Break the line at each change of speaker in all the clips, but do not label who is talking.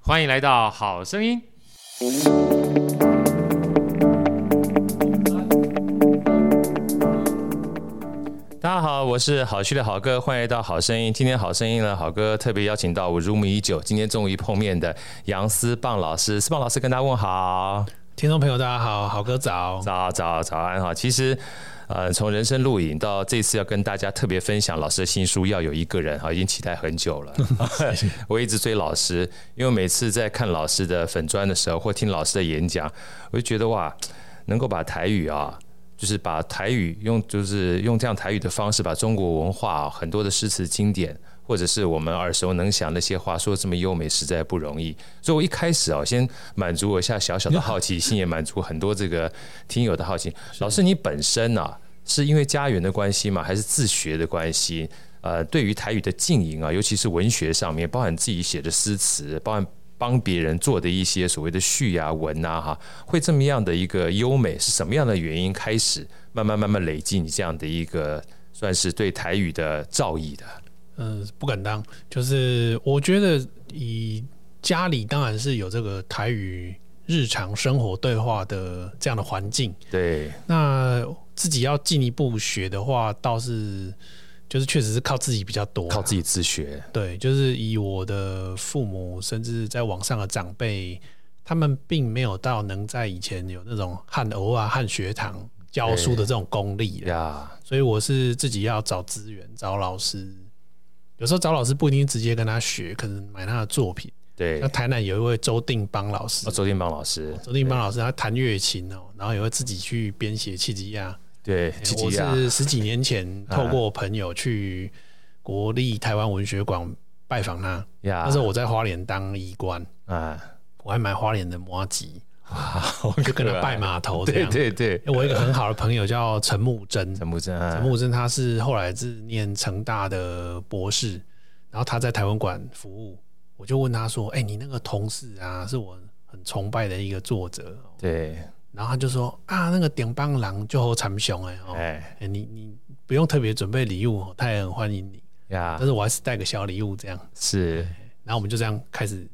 欢迎来到《好声音》。
大家好，我是好趣的好哥，欢迎来到好声音。今天好声音呢，好哥特别邀请到我如梦已久，今天终于碰面的杨思棒老师。思棒老师跟大家问好，
听众朋友，大家好，好哥早。
早啊早早安哈。其实，呃，从人生录影到这次要跟大家特别分享老师的新书《要有一个人》哈，已经期待很久了。我一直追老师，因为每次在看老师的粉砖的时候，或听老师的演讲，我就觉得哇，能够把台语啊。就是把台语用，就是用这样台语的方式，把中国文化、啊、很多的诗词经典，或者是我们耳熟能详的一些话，说这么优美，实在不容易。所以我一开始啊，先满足我一下小小的好奇心，也满足很多这个听友的好奇。老师，你本身啊，是因为家园的关系吗？还是自学的关系？呃，对于台语的经营啊，尤其是文学上面，包含自己写的诗词，包含。帮别人做的一些所谓的序啊、文啊，哈，会这么样的一个优美，是什么样的原因开始慢慢慢慢累积你这样的一个算是对台语的造诣的？
嗯、不敢当，就是我觉得以家里当然是有这个台语日常生活对话的这样的环境，
对，
那自己要进一步学的话，倒是就是确实是靠自己比较多，
靠自己自学，
对，就是以我的父母，甚至在网上的长辈，他们并没有到能在以前有那种汉欧啊、汉学堂教书的这种功力啦
呀，
所以我是自己要找资源、找老师。有时候找老师不一定直接跟他学，可能买他的作品。
对
那。台南有一位周定邦老师
哦，，周天邦老师，
周定邦老师他弹乐琴哦，然后也会自己去编写契机亚。
对，
欸
吉
我
吉亚，
是十几 年前
啊
透过朋友去国立台湾文学馆拜访他，
呀，
那时候我在花莲当医官，
啊，
我还买花莲的摩吉，
好
就跟
可
他
爱
拜码头这
对
样。
对对，
欸我有一个很好的朋友叫陈木真，
陈木真，啊
陈木真他是后来是念成大的博士，然后他在台湾馆服务，我就问他说：“哎、你那个同事啊，是我很崇拜的一个作者。哦
对，”
然后他就说：“啊，那个顶邦郎就和长雄哎哦，
哎
哎你你不用特别准备礼物哦，他也很欢迎你，
呀
但，是我还是带个小礼物这样。
是”
然后我们就这样开始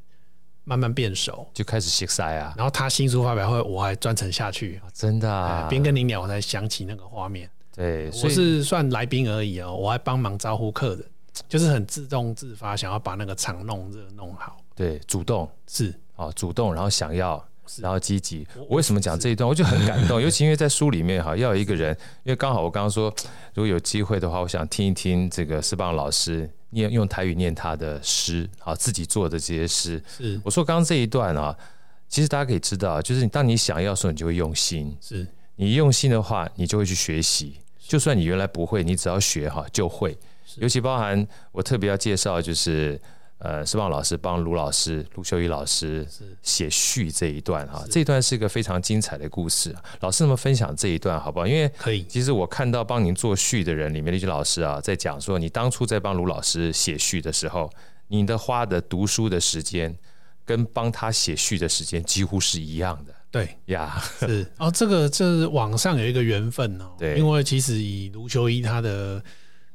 慢慢变熟。
就开始洗塞啊，
然后他新书发表会，我还专程下去，
真的
哎
啊，
边、跟你聊，我才想起那个画面。
对，所
我
以
是算来宾而已哦，我还帮忙招呼客人，就是很自动自发，想要把那个场弄热弄好。
对主动。
是，
哦，主动，然后想要，
是
然后积极。我为什么讲这一段？我就很感动，尤其因为在书里面哈，要有一个人，因为刚好我刚刚说，如果有机会的话，我想听一听这个斯邦老师念用台语念他的诗，好，自己做的这些诗。
是
我说刚刚这一段啊，其实大家可以知道，就是你当你想要的时候，你就会用心，
是
你用心的话，你就会去学习。就算你原来不会，你只要学哈就会。尤其包含我特别要介绍，就是呃，施棒老师帮卢老师、卢秀一老师写序这一段哈，这一段是一个非常精彩的故事。啊老师，那么分享这一段好不好？因为
可以，
其实我看到帮您做序的人里面，那句老师啊，在讲说，你当初在帮卢老师写序的时候，你的花的读书的时间跟帮他写序的时间几乎是一样的
对，
呀。
是。哦，这个这是网上有一个缘分哦，
对
因为其实以卢修一他的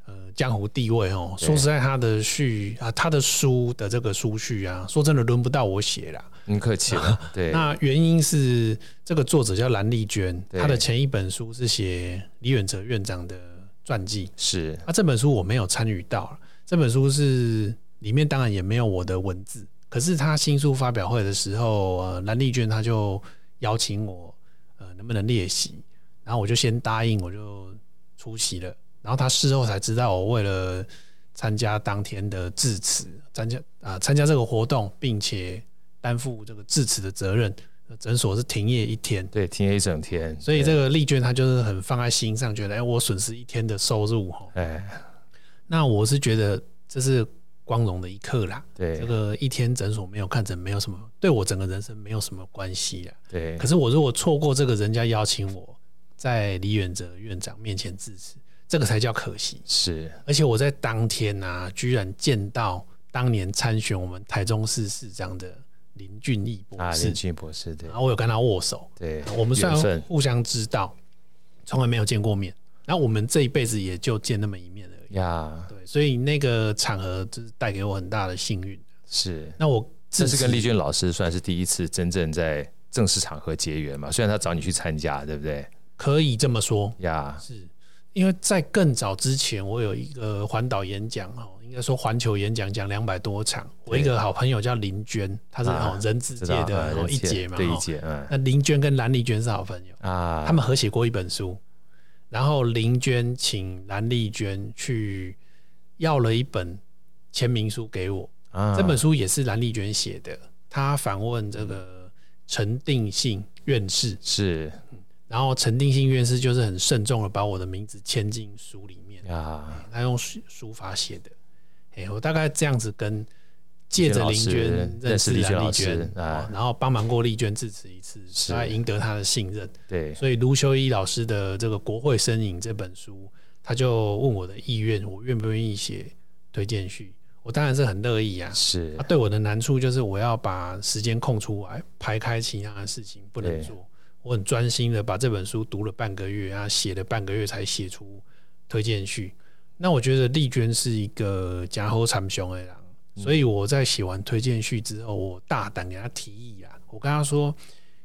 呃江湖地位哦，
对
说实在，他的序啊，他的书的这个书序啊，说真的轮不到我写啦。
您客气 了，对
那原因是这个作者叫蓝丽娟，
对
她的前一本书是写李远哲院长的传记，
是
啊，这本书我没有参与到了，这本书是里面当然也没有我的文字，可是他新书发表会的时候，呃，蓝丽娟她就邀请我，呃，能不能练习？然后我就先答应，我就出席了。然后他事后才知道，我为了参加当天的致辞，参加啊、参加这个活动，并且担负这个致辞的责任，呃诊所是停业一天。
对，听了一整天，
所以
对
这个丽娟她就是很放在心上，觉得哎，我损失一天的收入哦
哎，
那我是觉得这是光荣的一刻啦。这
对啊
个一天诊所没有看诊，没有什么对我整个人生没有什么关系啦。
对
可是我如果错过这个人家邀请我在李远哲院长面前致辞，这个才叫可惜。
是
而且我在当天啊，居然见到当年参选我们台中市市长的林俊义博
啊，
士
林，俊博士，对
然后我有跟他握手，
对，
我们虽
缘
然
分
互相知道，从来没有见过面，然后我们这一辈子也就见那么一面而已。
呀
对，所以那个场合就是带给我很大的幸运。
是
那我
这是
致
跟
辞
丽娟老师算是第一次真正在正式场合结缘嘛？虽然她找你去参加，对不对？
可以这么说，
呀、
是因为在更早之前，我有一个环岛演讲哦，应该说环球演讲，讲两百多场。我一个好朋友叫林娟，她是
啊
哦人字
知
界
道
的
嗯
哦
人
一姐嘛，
对一
哦
姐，嗯
那林娟跟蓝丽娟是好朋友，
啊，
他们合写过一本书，然后林娟请蓝丽娟去要了一本签名书给我，
啊
这本书也是蓝丽娟写的，她访问这个陈定信院士，
是
然后陈定信院士就是很慎重的把我的名字签进书里面，
呀，
他用书书法写的，哎，我大概这样子跟借着林
娟老
娟
师
认识
认识丽娟
蓝
老
丽
师
娟，
啊
哦然后帮忙过丽娟致辞一次，
是
来赢得她的信任。
对，
所以卢修一老师的这个《国会身影》这本书，他就问我的意愿，我愿不愿意写推荐序？我当然是很乐意啊。
是
他、对我的难处就是我要把时间空出来，排开其他的事情不能
对
做。我很专心的把这本书读了半个月啊，写了半个月才写出推荐序。那我觉得丽娟是一个假后长雄的人，
嗯
所以我在写完推荐序之后，我大胆给他提议啊，我跟他说：“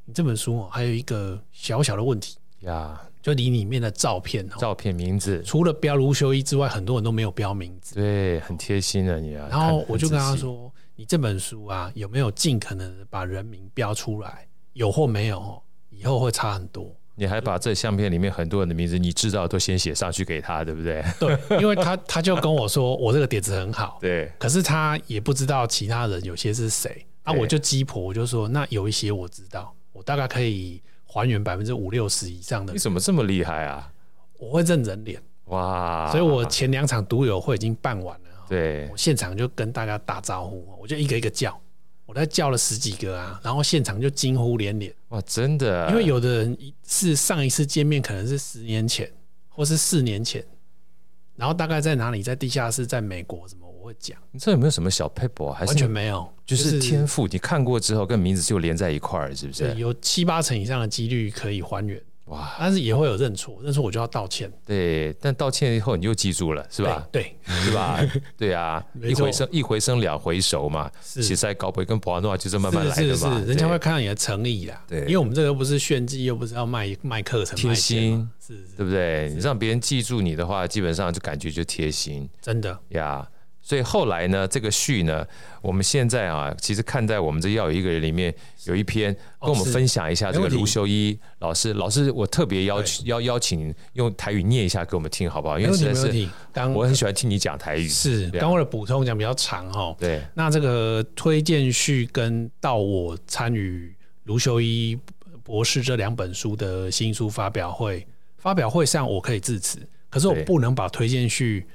你这本书哦，还有一个小小的问题，
呀，
就你里面的照片哦，
照片名字，
除了标卢修一之外，很多人都没有标名字。
对，很贴心的你啊。
然后
看
我就跟他，
很仔细
说：“你这本书啊，有没有尽可能地把人名标出来？有或没有哦，以后会差很多。
你还把这相片里面很多人的名字，你知道都先写上去给他，对不对？”
对，因为 他他就跟我说：“我这个点子很好。”
对，
可是他也不知道其他人有些是谁啊，
对
我就鸡婆，我就说：“那有一些我知道，我大概可以还原百分之五六十以上的
你，怎么这么厉害啊？
我会认人脸。”
哇！
所以我前两场独友会已经办完
啊
了。
对
我现场就跟大家打招呼，我就一个一个叫，我在叫了十几个啊，然后现场就惊呼连连，
哇，真的，啊
因为有的人一是上一次见面可能是十年前或是四年前，然后大概在哪里，在地下室，在美国什么，我会讲，
你这有没有什么小 paper？还是
完全没有，
就是天赋，你看过之后跟名字就连在一块儿，是不
就是
是？
有七八成以上的几率可以还原，
哇，
但是也会有认错，认错我就要道歉，
对，但道歉以后你就记住了，是吧？
对，对
是吧？对啊，
没
一
错
回生一回生两回熟嘛，
是
其实高杯跟博阿诺啊就是慢慢来
是
的
是
嘛，
是，人家
对
会看到你的诚意啦，
对
因为我们这个又不是炫技，又不是要卖卖课程，
贴
卖钱嘛
心，
是是，
对不对？你让别人记住你的话，基本上就感觉就贴心
真的。
呀。所以后来呢，这个序呢，我们现在啊，其实看在我们这要有一个人里面有一篇，
哦
跟我们
是
分享一下这个
没问题
卢修一老师。老师，我特别邀
对
请邀邀请用台语念一下给我们听，好不好？因
没
为
问
实在是
题，没问题。刚
我很喜欢听你讲台语。
是
对啊
刚为了补充讲比较长哦哈，
对，
那这个推荐序跟到我参与卢修一博士这两本书的新书发表会，发表会上我可以致辞，可是我
对
不能把推荐序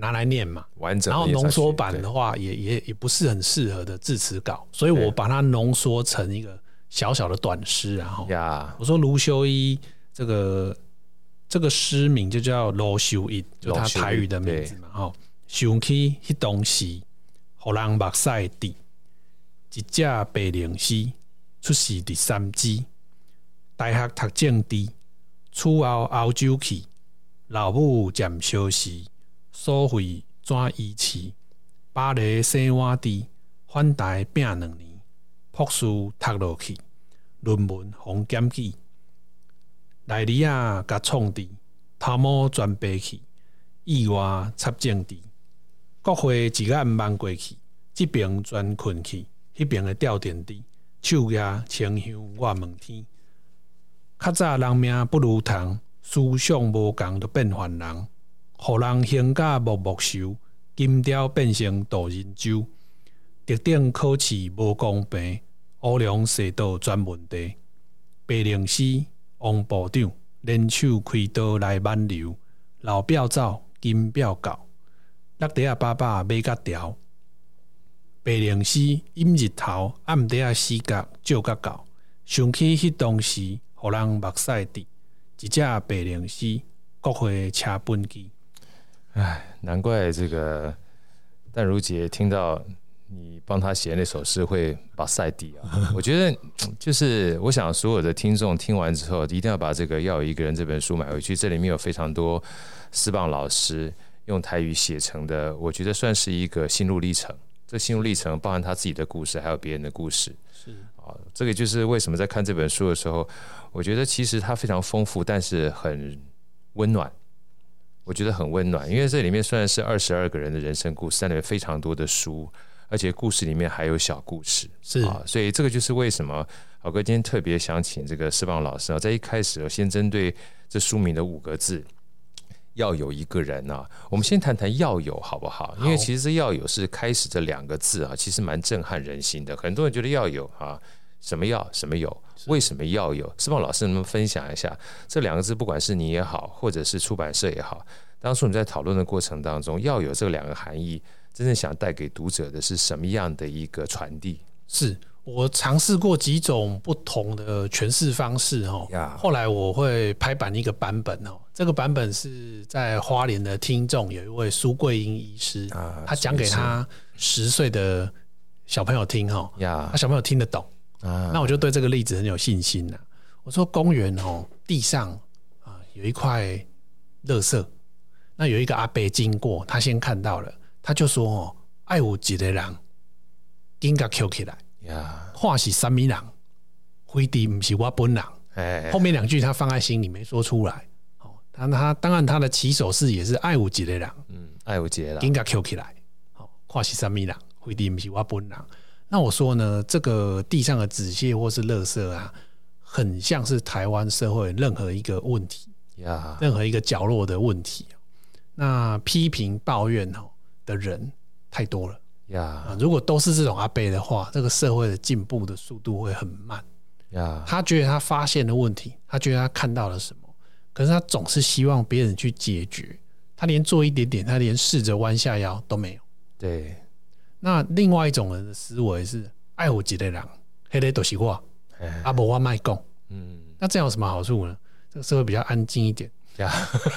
拿来念嘛。
完整
然
地
后
念下去。
浓缩版
对
的话也，也也不是很适合的致辞稿，所以
对
我把它浓缩成一个小小的短诗，啊然后
呀，
我说卢修一这个这个诗名就叫卢修一，就他
卢修一
台语的名字嘛，吼。想起迄东西，互人目屎滴，一只白灵狮出世第三支，大学读政治，厝后澳洲去，老母渐消失，所费怎医治？巴黎洗碗池，反台拼两年，博士读落去。论文互检举，内里啊甲创治，头毛全白去，意外插政治，国会一眼望过去，即边全困去，迄边的吊点滴，手牙清香我问天，较早人命不如虫，思想无共就变凡人，互人兴甲默默受，金雕变成杜人洲。特定考试无公平，乌龙世道全问题。白灵师王部长联手开刀来挽留，老表走，金表到，落地啊爸爸买甲条。白灵师饮日头，暗地啊死角照甲到，想起迄当时，互人目屎滴。一只白灵师，国会车本机。
难怪这个淡如姐听到你帮她写那首诗会把赛地啊，我觉得嗯就是我想所有的听众听完之后，一定要把这个《要有一个人》这本书买回去，这里面有非常多私棒老师用台语写成的，我觉得算是一个心路历程。这个心路历程包含他自己的故事，还有别人的故事。
是
啊，这个就是为什么在看这本书的时候，我觉得其实它非常丰富，但是很温暖。我觉得很温暖，因为这里面虽然是二十二个人的人生故事，但里面非常多的书，而且故事里面还有小故事
是
啊，所以这个就是为什么好哥今天特别想请这个释放老师啊，在一开始我先针对这书名的五个字。要有一个人啊，我们先谈谈要有好不好？因为
好
其实这要有是开始这两个字啊，其实蛮震撼人心的。很多人觉得要有啊，什么要什么有，为什么要有？释放老师能不能分享一下这两个字？不管是你也好，或者是出版社也好，当初你在讨论的过程当中，要有这两个含义，真正想带给读者的是什么样的一个传递
是我尝试过几种不同的诠释方式哦。
呀？
后来我会拍板一个版本哦，这个版本是在花莲的听众有一位苏桂英医师，
啊
他讲给他十岁的小朋友听哦，
呀
他小朋友听得懂，
啊
那我就对这个例子很有信心呐、我说公园哦，地上啊、有一块垃圾，那有一个阿伯经过，他先看到了，他就说哦，爱有一个人，应该捡起来，
呀，
话是三米人，灰地不是我本人。
哎
后面两句他放在心里没说出来。哦，他他当然他的起手式也是爱有一个人，
嗯，爱无节了
应该捡起来。哦，话是三米人，灰地不是我本人。那我说呢，这个地上的纸屑或是垃圾啊，很像是台湾社会任何一个问题。
呀
任何一个角落的问题哦。那批评抱怨哦的人太多了
呀
啊！如果都是这种阿贝的话，这个社会的进步的速度会很慢。
呀
他觉得他发现了问题，他觉得他看到了什么，可是他总是希望别人去解决，他连做一点点，他连试着弯下腰都没有。
对，
那另外一种人的思维是：爱有一个人，黑个都是我，
哎
阿伯我卖讲。
嗯
那这样有什么好处呢？这个社会比较安静一点，
呀，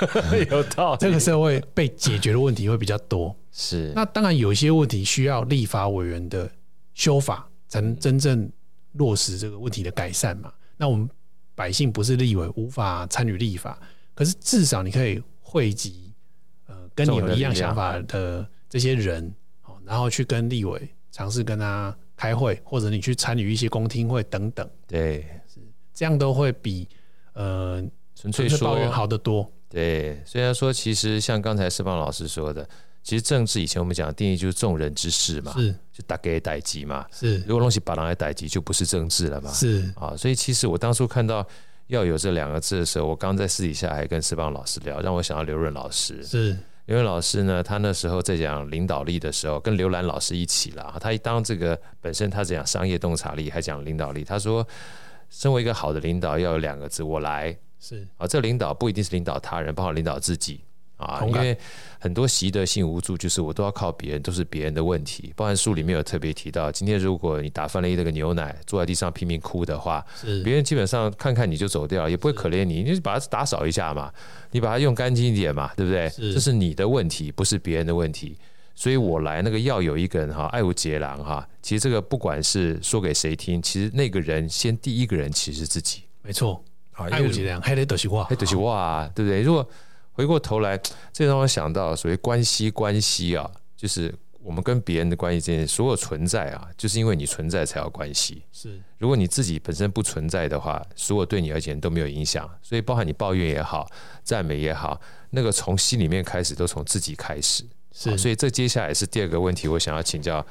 有道理，
这个社会被解决的问题会比较多。
是
那当然，有一些问题需要立法委员的修法，才能真正落实这个问题的改善嘛。那我们百姓不是立委，无法参与立法，可是至少你可以汇集呃跟你
众人
有
的
一样
力量
想法的这些人，哦，然后去跟立委尝试跟他开会，或者你去参与一些公听会等等，
对，
这样都会比呃
纯粹
纯粹
说
抱怨好得多。
对，虽然说其实像刚才释放老师说的，其实政治以前我们讲的定义就是众人之事嘛，
是
就打给逮鸡嘛。
是
如果东西把人来逮鸡，就不是政治了嘛。
是
啊，所以其实我当初看到要有这两个字的时候，我刚在私底下还跟释放老师聊，让我想到刘润老师。
是
刘润老师呢，他那时候在讲领导力的时候，跟刘兰老师一起啦。他当这个本身他讲商业洞察力，还讲领导力。他说，身为一个好的领导，要有两个字：我来。
是
啊，这领导不一定是领导他人，包括领导自己啊，
同
因
感
为很多习得性无助，就是我都要靠别人，都是别人的问题。包含书里面有特别提到，今天如果你打翻了一那个牛奶，坐在地上拼命哭的话，
是
别人基本上看看你就走掉，也不会可怜你，你就把它打扫一下嘛，你把它用干净一点嘛，对不对？
是
这是你的问题，不是别人的问题。所以我来那个要有一个人哈，爱无杰郎哈，其实这个不管是说给谁听，其实那个人先第一个人其实是自己。
没错，
啊
爱有几人，黑的都是我，
哎，就是哇，对不对？如果回过头来，这让我想到所谓关系，关系啊，就是我们跟别人的关系之间，所有存在啊，就是因为你存在才有关系。
是
如果你自己本身不存在的话，所有对你而言都没有影响。所以，包含你抱怨也好，赞美也好，那个从心里面开始，都从自己开始。
是
好，所以这接下来是第二个问题，我想要请教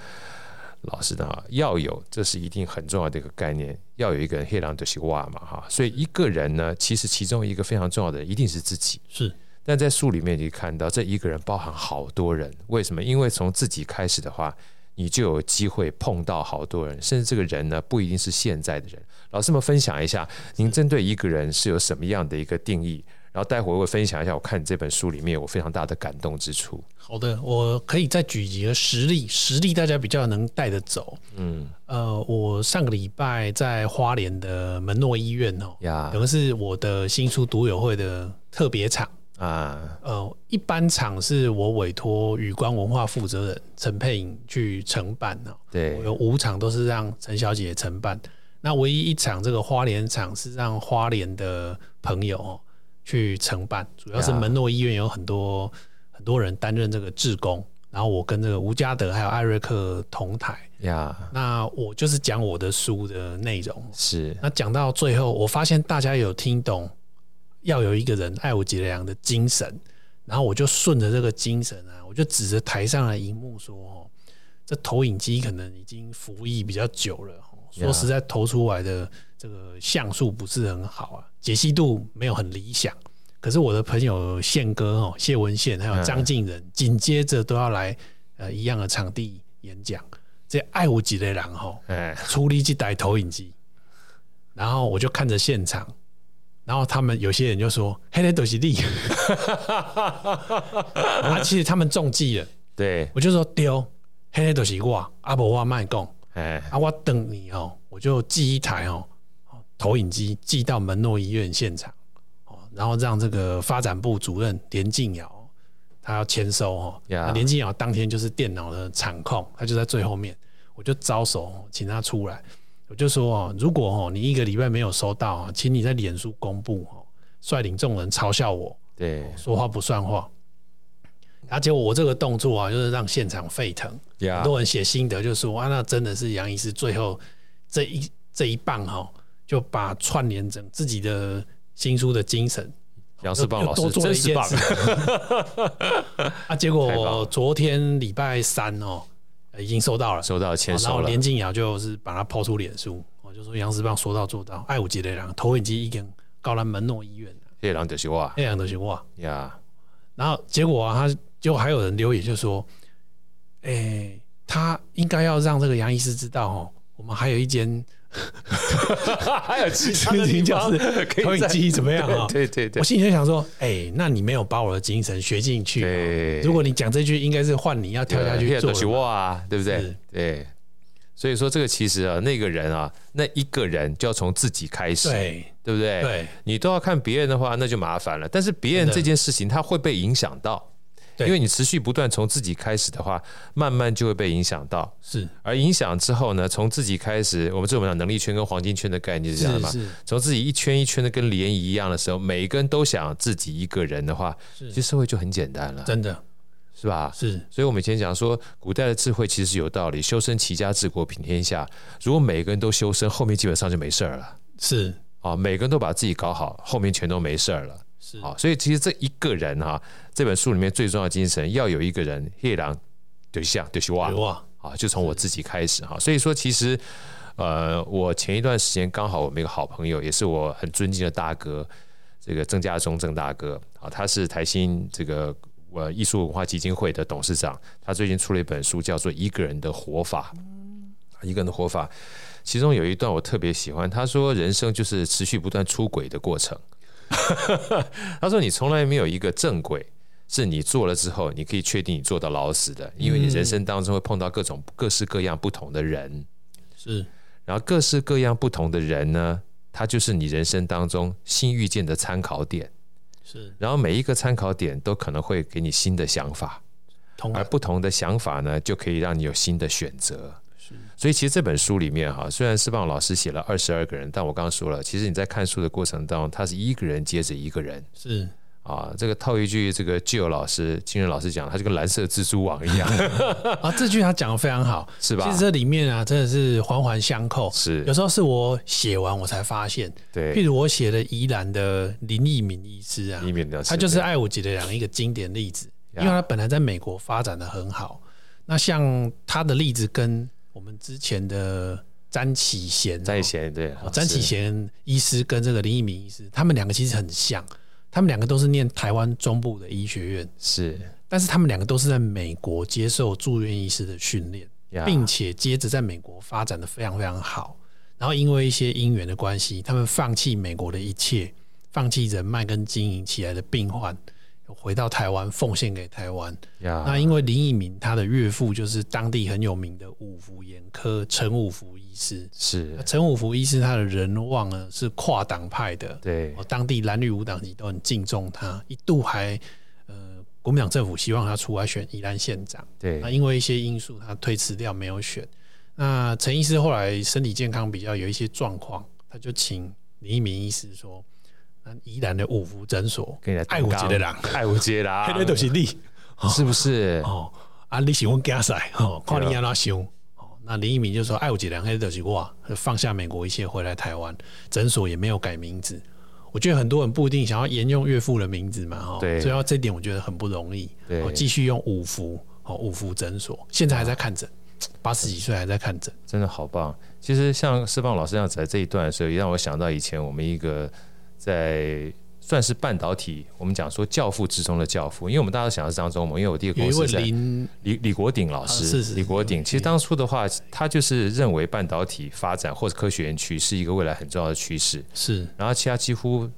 老师的哈，要有，这是一定很重要的一个概念，要有一个人黑狼就是哇嘛哈，所以一个人呢，其实其中一个非常重要的人一定是自己，
是
但在书里面你看到这一个人包含好多人，为什么？因为从自己开始的话。你就有机会碰到好多人，甚至这个人呢不一定是现在的人。老师们分享一下，您针对一个人是有什么样的一个定义？然后待会我会分享一下，我看你这本书里面我非常大的感动之处。
好的，我可以再举几个实例，实例大家比较能带得走。
嗯
呃，我上个礼拜在花莲的门诺医院哦，
呀
等于是我的新书读友会的特别场。
啊，
呃，一般场是我委托雨光文化负责人陈佩颖去承办哦，
对
我，有五场都是让陈小姐承办，那唯一一场这个花莲场是让花莲的朋友哦去承办，主要是
呀
门诺医院有很多很多人担任这个志工，然后我跟这个吴家德还有艾瑞克同台，
呀，
那我就是讲我的书的内容。
是
那讲到最后，我发现大家有听懂，要有一个人爱我杰良的精神，然后我就顺着这个精神啊，我就指着台上的荧幕说：“哦，这投影机可能已经服役比较久了，哦
Yeah
说实在，投出来的这个像素不是很好啊，解析度没有很理想。”可是我的朋友宪哥哦，谢文宪还有
嗯
张敬仁，紧接着都要来呃一样的场地演讲，这爱我哦几类人吼、
哎，
出力去逮投影机，然后我就看着现场，然后他们有些人就说：“黑雷斗西利。”啊，其实他们中计了。
对，
我就说哦丢，黑雷斗西我阿伯我卖供
哎，
啊，我等你哦，我就寄一台哦投影机寄到门诺医院现场哦，然后让这个发展部主任连静尧他要签收哦。
呀
那连静尧当天就是电脑的场控，他就在最后面，我就招手哦请他出来，我就说哦，如果哦你一个礼拜没有收到哦，请你在脸书公布哦，率领众人嘲笑我
对
说话不算话。然后结果我这个动作啊，就是让现场沸腾。
呀
很，多人写心得就说啊，那真的是杨医师最后这一这一棒哈、就把串联整自己的新书的精神，
杨世邦
又
老师
多做
真
了一
是
件
棒
事， 啊。结
太棒了
果昨天礼拜三哦，呃已经收到了，
收到签
哦然
收
后
了，
连静瑶就是把它抛出脸书，我就说杨世邦说到做到，爱五级的人投影机一根高兰门诺医院，
黑狼德西哇
那样东西哇，
呀，
然后结果啊，他就还有人留言就说：“哎、他应该要让这个杨医师知道哦，我们还有一间
还有其
他 的地方
可
投影机怎么样啊、
对对对
我，心里就想说：“哎、那你没有把我的精神学进去、啊
对
如果你讲这句，应该是换你要跳下去做
都是
的嘛。
我啊，对不对
是？
对，所以说这个其实啊，那个人啊，那一个人就要从自己开始，
对
对不对？
对
你都要看别人的话，那就麻烦了。但是别人
真的
这件事情，他会被影响到，
对
因为你持续不断从自己开始的话，慢慢就会被影响到。
是
而影响之后呢，从自己开始，我们这种讲能力圈跟黄金圈的概念是这样的
是
嘛？
是
从自己一圈一圈的跟涟漪一样的时候，每一个人都想自己一个人的话，
是
其实社会就很简单了，
真的
是吧？
是
所以，我们以前讲说，古代的智慧其实有道理，修身齐家治国平天下。如果每个人都修身，后面基本上就没事儿了
是
啊！每个人都把自己搞好，后面全都没事儿了
是
啊！所以，其实这一个人哈、这本书里面最重要的精神，要有一个人夜郎对象就是哇
有哇，
啊，就从我自己开始哈。所以说，其实呃，我前一段时间刚好我们一个好朋友，也是我很尊敬的大哥，这个郑家忠郑大哥啊，他是台新这个呃艺术文化基金会的董事长，他最近出了一本书，叫做《一个人的活法》。一个人的活法，其中有一段我特别喜欢。他说：“人生就是持续不断出轨的过程。” 他说：“你从来没有一个正轨，是你做了之后，你可以确定你做到老死的，因为你人生当中会碰到各种各式各样不同的人，
是
然后各式各样不同的人呢，他就是你人生当中新遇见的参考点，
是
然后每一个参考点都可能会给你新的想法，
同
而
感
不同的想法呢，就可以让你有新的选择。
是
所以其实这本书里面哈，虽然释放老师写了二十二个人，但我刚刚说了，其实你在看书的过程当中，他是一个人接着一个人。
是
啊，这个套一句这个具有老师、金人老师讲，他就跟蓝色蜘蛛网 一样，
啊，这句他讲的非常好。
是吧
其实？这里面啊，真的是环环相扣。有
是，
时候是我写完我才发现，譬
对，
如我写的宜兰的林义敏医师啊
以，免掉
他就是爱我姐的两一个经典例子，因
呀
为他本来在美国发展的很好。那像他的例子跟我们之前的詹启贤哦、
在贤，对
哦，詹启
是
贤医师跟这个林义明医师，他们两个其实很像，他们两个都是念台湾中部的医学院，
是
但是他们两个都是在美国接受住院医师的训练。
呀，
并且接着在美国发展的非常非常好。然后因为一些因缘的关系，他们放弃美国的一切，放弃人脉跟经营起来的病患，回到台湾奉献给台湾。那
呀，
因为林义明他的岳父就是当地很有名的五福眼科陈五福医师，那
是，
陈五福医师他的人望呢是跨党派的，
对
哦，当地蓝绿五党籍都很敬重他，一度还呃国民党政府希望他出来选宜兰县长。那
对
因为一些因素，他推迟掉没有选。那陈医师后来身体健康比较有一些状况，他就请林一鸣医师说：“那宜兰的五福诊所
跟你来
爱我
当
杰的人，
哎 爱无节啦，
黑人都是你
是不是？
哦，啊，你喜欢加塞哦，看你要哪想。哦那林一鸣就说：“哎，我姐两黑的是哇，放下美国一切回来台湾，诊所也没有改名字。我觉得很多人不一定想要沿用岳父的名字嘛，哈、哦，
对
所以要这点我觉得很不容易。
对
哦继续用五福哦，五福诊所现在还在看诊，八十几岁还在看诊。
真的好棒。其实像释放老师这样子在这一段的时候，也让我想到以前我们一个在算是半导体，我们讲说教父之中的教父，因为我们大家都想到是张忠谋，因为我第一个
有
公
一位
司在
林
李李国鼎老师，
啊是是
李国鼎。
嗯
其实当初的话，他就是认为半导体发展或者科学园区是一个未来很重要的趋势，
是
然后其他几乎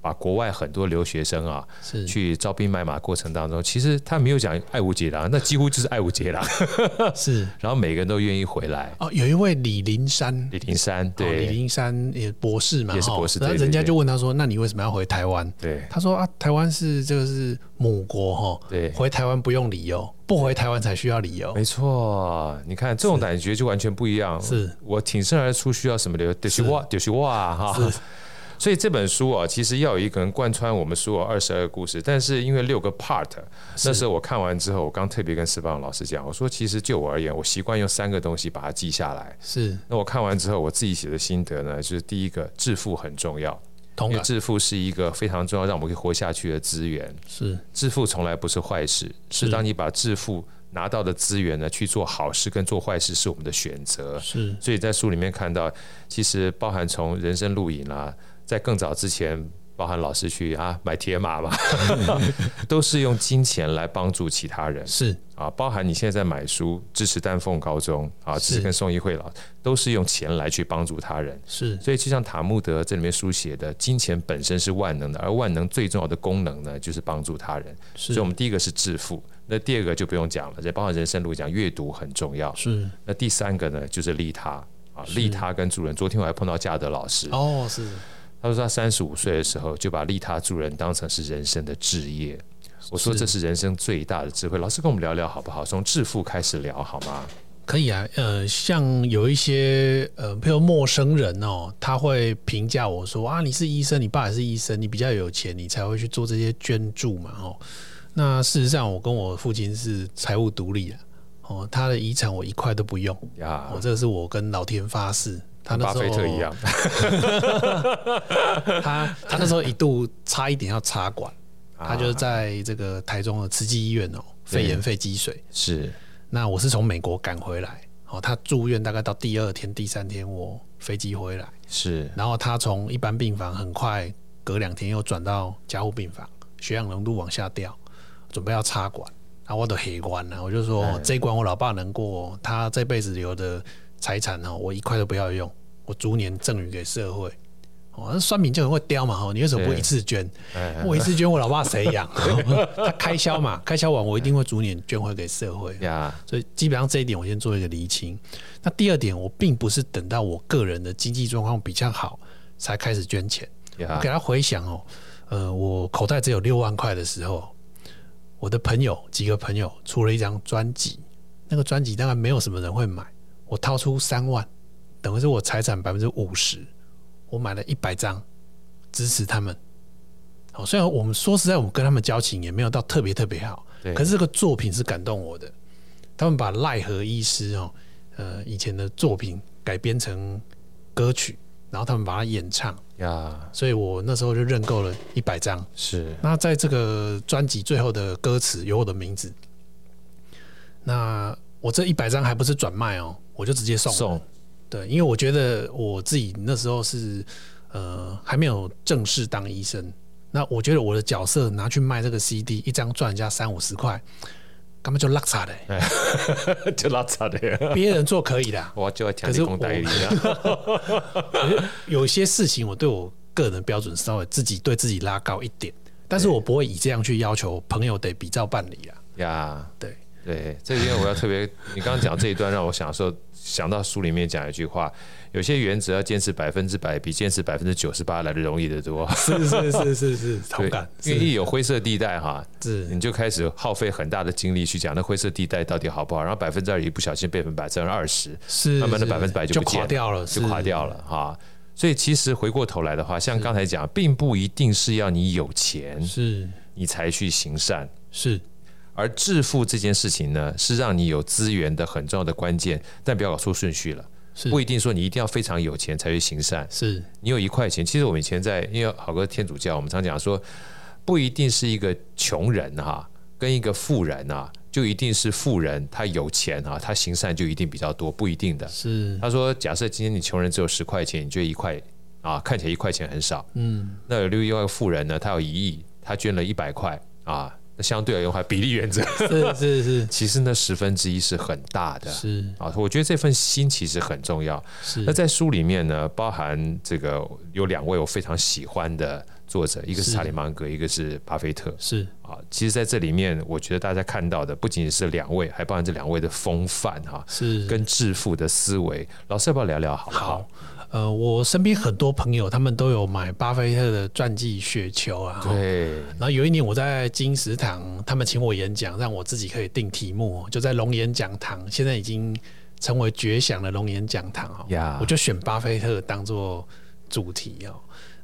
把国外很多留学生啊
是
去招兵买马过程当中，其实他没有讲爱无解郎，那几乎就是爱无解郎，
是
然后每个人都愿意回来。
哦，有一位李林山，
李林山
哦李
对
林山也博士嘛，
也是
哈
博士
然后
对对
人家
对
就问他说：“那你为什么要回台湾？”
对
他说：“啊，台湾是这个是母国哈，
对，
回台湾不用理由，不回台湾才需要理由。
没错。你看这种感觉就完全不一样。
是
我挺身而出需要什么理由？就是哇，就是哇啊哈。所以这本书啊，其实要有一个人贯穿我们所有二十二个故事，但是因为六个 part，那时候我看完之后，我刚特别跟石棒老师讲，我说其实就我而言，我习惯用三个东西把它记下来”。
是
那我看完之后，我自己写的心得呢，就是第一个，致富很重要，
同
因为
感
致富是一个非常重要让我们可以活下去的资源。
是
致富从来不是坏事，是当你把致富拿到的资源呢去做好事跟做坏事是我们的选择。
是
所以在书里面看到，其实包含从人生录影啦、在更早之前，包含老师去啊买铁马嘛， 都是用金钱来帮助其他人
是
啊。包含你现在在买书支持丹凤高中啊，支持
是
跟宋一慧老，都是用钱来去帮助他人。
是
所以就像塔木德这里面书写的，金钱本身是万能的，而万能最重要的功能呢，就是帮助他人。所以我
是
们第一个是致富，那第二个就不用讲了，这包括人生路讲阅读很重要。
是
那第三个呢，就是利他啊，利他跟助人。昨天我还碰到嘉德老师，
哦是
他说他三十五岁的时候就把利他助人当成是人生的志业。我说
是
这是人生最大的智慧。老师跟我们聊聊好不好？从致富开始聊好吗？
可以啊。呃，像有一些呃，譬如陌生人哦，他会评价我说：“啊，你是医生，你爸也是医生，你比较有钱，你才会去做这些捐助嘛。”哦，那事实上，我跟我父亲是财务独立的。哦，他的遗产我一块都不用，
呀
我、，这是我跟老天发誓。哦他那
巴
时候
菲特一样，
他他那时候一度差一点要 插管，
啊
他就是在这个台中的慈济医院哦，肺炎肺积水。
是
那我是从美国赶回来，哦，他住院大概到第二天、第三天，我飞机回来，
是
然后他从一般病房很快隔两天又转到加护病房，血氧浓度往下掉，准备要插管，然后我都黑关了，我就说、哦
嗯
这一关我老爸能过，哦他这辈子留的财产哦，我一块都不要用，我逐年赠予给社会。哦，那酸民就很会刁嘛，哦，你为什么不
对
一次捐？
哎
我一次捐，我老爸谁 养？他开销嘛，开销完我一定会逐年捐回给社会。
呀，
所以基本上这一点我先做一个厘清。那第二点，我并不是等到我个人的经济状况比较好才开始捐钱。我
呀
给他回想哦，呃，我口袋只有六万块的时候，我的朋友几个朋友出了一张专辑，那个专辑当然没有什么人会买，我掏出三万，等于是我财产百分之五十，我买了一百张，支持他们。好，虽然我们说实在，我们跟他们交情也没有到特别特别好，
对
可是这个作品是感动我的。他们把奈何医师哦，呃，以前的作品改编成歌曲，然后他们把它演唱，
呀，
所以我那时候就认购了一百张。
是
那在这个专辑最后的歌词有我的名字，那我这一百张还不是转卖哦，我就直接送了
送
对，因为我觉得我自己那时候是呃还没有正式当医生，那我觉得我的角色拿去卖这个 CD，一张赚人家三五十块，根本就落差的、
哎就拉差的，
别人做可以 的，
我就要讲
可是
理工代理啊。
有些事情我对我个人标准稍微自己对自己拉高一点，但是我不会以这样去要求朋友得比照办理啊。
呀，
对
对，这边我要特别，你刚刚讲这一段让我想说，想到书里面讲一句话，有些原则要坚持百分之百，比坚持百分之九十八来的容易得多。
是是是是是，同
对
感，
因为
是
一有灰色地带哈，
是
你就开始耗费很大的精力去讲那灰色地带到底好不好，然后百分之二一不小心变成百分之二十，
是，
慢慢的
是
百分之百就
就
不见
垮掉了，
就是垮掉了哈。所以其实回过头来的话，像刚才讲，并不一定是要你有钱
是
你才去行善，
是
而致富这件事情呢，是让你有资源的很重要的关键，但不要搞出顺序了。
是
不一定说你一定要非常有钱才去行善，
是
你有一块钱，其实我们以前在，因为好哥天主教，我们常讲说，不一定是一个穷人哈、跟一个富人啊，就一定是富人他有钱啊，他行善就一定比较多，不一定的。
是，
他说，假设今天你穷人只有十块钱，你觉得一块啊，看起来一块钱很少，
嗯，
那有另外一个富人呢，他有一亿，他捐了一百块啊，那相对而言还比例原则，
是是是
其实那十分之一是很大的
是
啊，我觉得这份心其实很重要。
是，
那在书里面呢，包含这个有两位我非常喜欢的作者，一个是
是
查理芒格，一个是巴菲特
是
啊。其实，在这里面，我觉得大家看到的不仅仅是两位，还包含这两位的风范哈、
是
跟致富的思维。老师要不要聊聊好不好？
好，呃，我身边很多朋友他们都有买巴菲特的传记雪球啊。齁
对，
然后有一年我在金石堂，他们请我演讲，让我自己可以定题目，哦就在龙岩讲堂，现在已经成为绝响的龙岩讲堂哦。
呀
我就选巴菲特当做主题哦。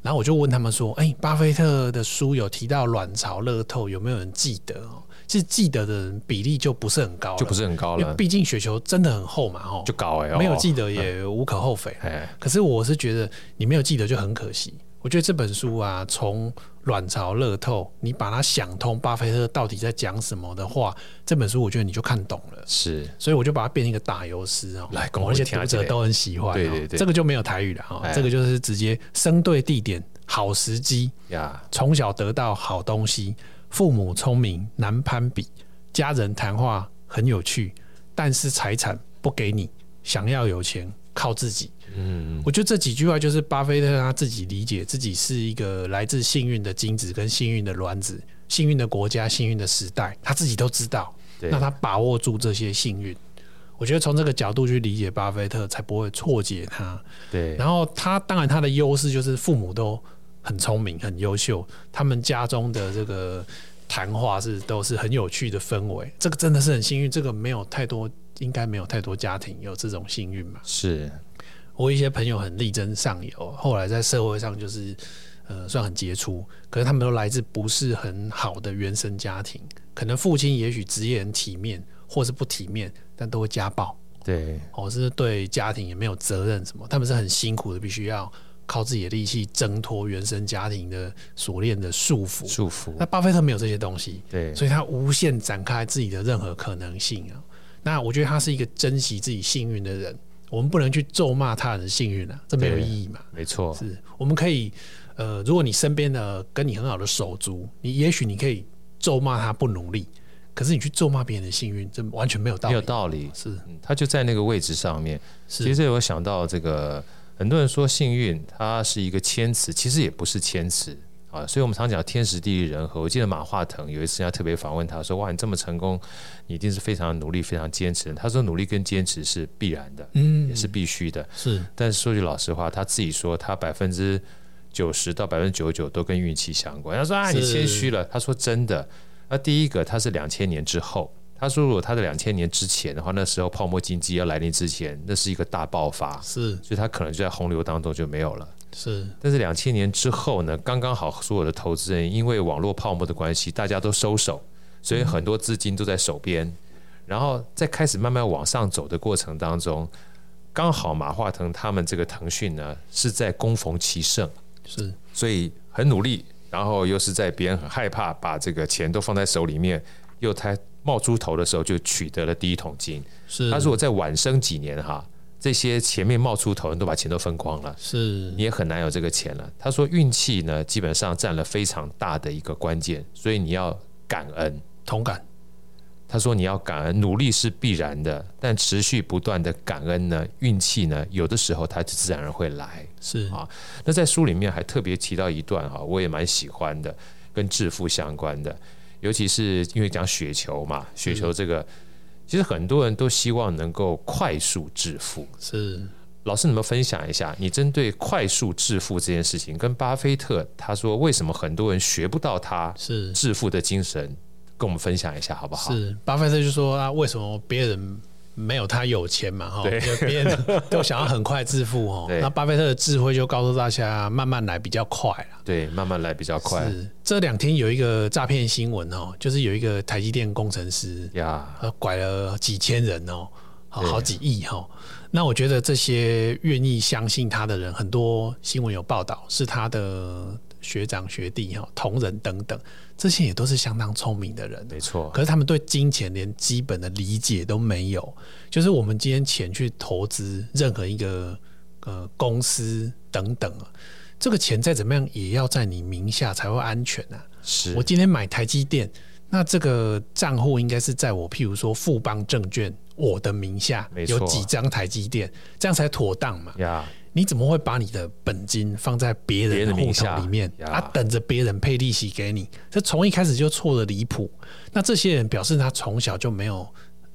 然后我就问他们说：“哎、巴菲特的书有提到卵巢乐透，有没有人记得？”哦，其实记得的人比例就不是很高了，
就不是很高
因为
了，
毕竟雪球真的很厚嘛，哦，
就搞哎、哦，
没有记得也无可厚非。
哎，
可是我是觉得你没有记得就很可惜。我觉得这本书啊，从卵巢乐透，你把它想通，巴菲特到底在讲什么的话，这本书我觉得你就看懂了。
是
所以我就把它变成一个打油诗哦，
来跟我
而且
听
读
一
者
下
都很喜欢、哦。
对对对
这个就没有台语了哦，
哎
这个就是直接生对地点，好时机，
呀，
从小得到好东西，父母聪明难攀比，家人谈话很有趣，但是财产不给你，想要有钱靠自己。
嗯，
我觉得这几句话就是巴菲特他自己理解自己是一个来自幸运的精子跟幸运的卵子，幸运的国家、幸运的时代，他自己都知道。
对
那他把握住这些幸运，我觉得从这个角度去理解巴菲特，才不会错解他。
对，
然后他当然他的优势就是父母都很聪明、很优秀，他们家中的这个谈话是都是很有趣的氛围，这个真的是很幸运，这个没有太多，应该没有太多家庭有这种幸运嘛。
是
我有一些朋友很力争上游，后来在社会上就是呃算很杰出，可是他们都来自不是很好的原生家庭，可能父亲也许职业很体面，或是不体面，但都会家暴，
对，
哦，是对家庭也没有责任什么，他们是很辛苦的，必须要靠自己的力气挣脱原生家庭的锁链的束缚。
祝福
那，巴菲特没有这些东西，
对，
所以他无限展开自己的任何可能性啊。那我觉得他是一个珍惜自己幸运的人，我们不能去咒骂他人的幸运啊，这没有
对
意义嘛。
没错，
是我们可以，呃，如果你身边的跟你很好的手足，你也许你可以咒骂他不努力，可是你去咒骂别人的幸运，这完全没有道
没有
理。
道理，
是
嗯他就在那个位置上面。其
是
实我想到这个，很多人说幸运它是一个谦词，其实也不是谦词啊。所以我们常讲天时地利人和。我记得马化腾有一次人家特别访问他说：“哇，你这么成功，你一定是非常努力、非常坚持。”他说：“努力跟坚持是必然的，
嗯
也是必须的。
是
但是说句老实话，他自己说他百分之九十到百分之九十九都跟运气相关。他说啊，
是
你谦虚了。他说真的。那第一个，他是两千年之后。他说，如果他在两千年之前的话，那时候泡沫经济要来临之前，那是一个大爆发，
是
所以他可能就在洪流当中就没有了。
是
但是两千年之后呢，刚刚好所有的投资人因为网络泡沫的关系，大家都收手，所以很多资金都在手边，然后在开始慢慢往上走的过程当中，刚好马化腾他们这个腾讯呢是在攻逢其胜，
是
所以很努力，然后又是在别人很害怕把这个钱都放在手里面，又他冒出头的时候就取得了第一桶金。
是，
他如果再晚生几年哈，这些前面冒出头的人都把钱都分光了。
是
你也很难有这个钱了。他说运气呢，基本上占了非常大的一个关键，所以你要感恩。
同感，
他说你要感恩，努力是必然的，但持续不断的感恩呢，运气呢，有的时候它就自然而然会来。
是
啊那在书里面还特别提到一段哈，我也蛮喜欢的，跟致富相关的，尤其是因为讲雪球嘛，雪球这个，其实很多人都希望能够快速致富，
是
老师，你们分享一下，你针对快速致富这件事情，跟巴菲特他说为什么很多人学不到他
是
致富的精神，跟我们分享一下好不好？
是，巴菲特就说啊，为什么别人没有他有钱嘛，哈，
对
就别人都想要很快致富哦。
对
那巴菲特的智慧就告诉大家，慢慢来比较快啦。
对，慢慢来比较快
是这两天有一个诈骗新闻哦，就是有一个台积电工程师，
呀。
呃，拐了几千人哦，好
对
好几亿哦。那我觉得这些愿意相信他的人，很多新闻有报道是他的学长学弟哈、同仁等等，这些也都是相当聪明的人。
没错，
可是他们对金钱连基本的理解都没有。就是我们今天钱去投资任何一个呃公司等等啊，这个钱再怎么样也要在你名下才会安全啊。
是
我今天买台积电，那这个账户应该是在我譬如说富邦证券我的名下
没错
有几张台积电，这样才妥当嘛？
呀，
你怎么会把你的本金放在别
别
人
人
的
的
户
名
头
下
里面
呀
啊？等着别人配利息给你，这从一开始就错的离谱。那这些人表示他从小就没有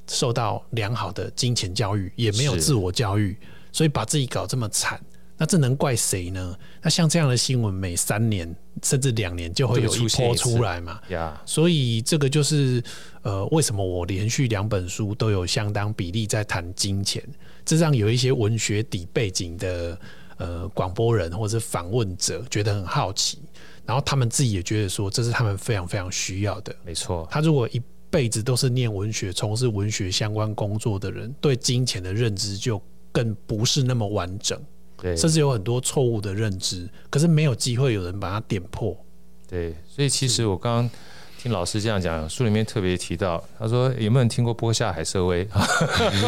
受到良好的金钱教育，也没有
是
自我教育，所以把自己搞这么惨。那这能怪谁呢？那像这样的新闻，每三年甚至两年就会
就
有
会
一
出现
波
一次
出来嘛。
呀，
所以这个就是呃，为什么我连续两本书都有相当比例在谈金钱，这让有一些文学底背景的呃广播人或者是访问者觉得很好奇，然后他们自己也觉得说这是他们非常非常需要的。
没错，
他如果一辈子都是念文学、从事文学相关工作的人，对金钱的认知就更不是那么完整，
对
甚至有很多错误的认知，可是没有机会有人把它点破。
对，所以其实我刚刚听老师这样讲，书里面特别提到，他说有没有人听过波夏海瑟薇？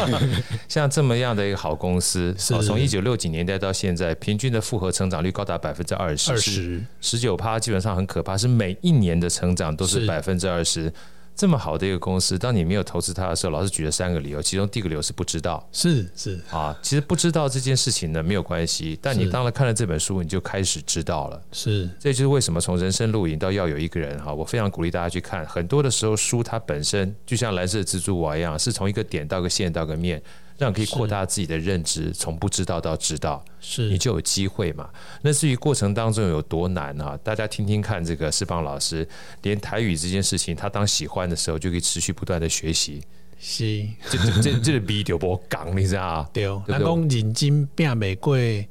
像这么样的一个好公司，
是
哦从一九六几年代到现在，平均的复合成长率高达百分之二十，
二十
十九趴，基本上很可怕，是每一年的成长都是
是
百分之二十。这么好的一个公司，当你没有投资它的时候，老师举了三个理由，其中第一个理由是不知道
是是
啊。其实不知道这件事情呢没有关系，但你
是
当了看了这本书，你就开始知道了。
是
这就是为什么从人生录影到要有一个人哈，我非常鼓励大家去看。很多的时候，书它本身就像蓝色蜘蛛网一样，是从一个点到个线到个面，让你可以扩大自己的认知，从不知道到知道，
是
你就有机会嘛。那至于过程当中有多难啊，大家听听看，这个释邦老师连台语这件事情，他当喜欢的时候就可以持续不断的学习。
是
这这这这个逼丢波港，你知道啊？
对，
对
人讲人精变玫瑰，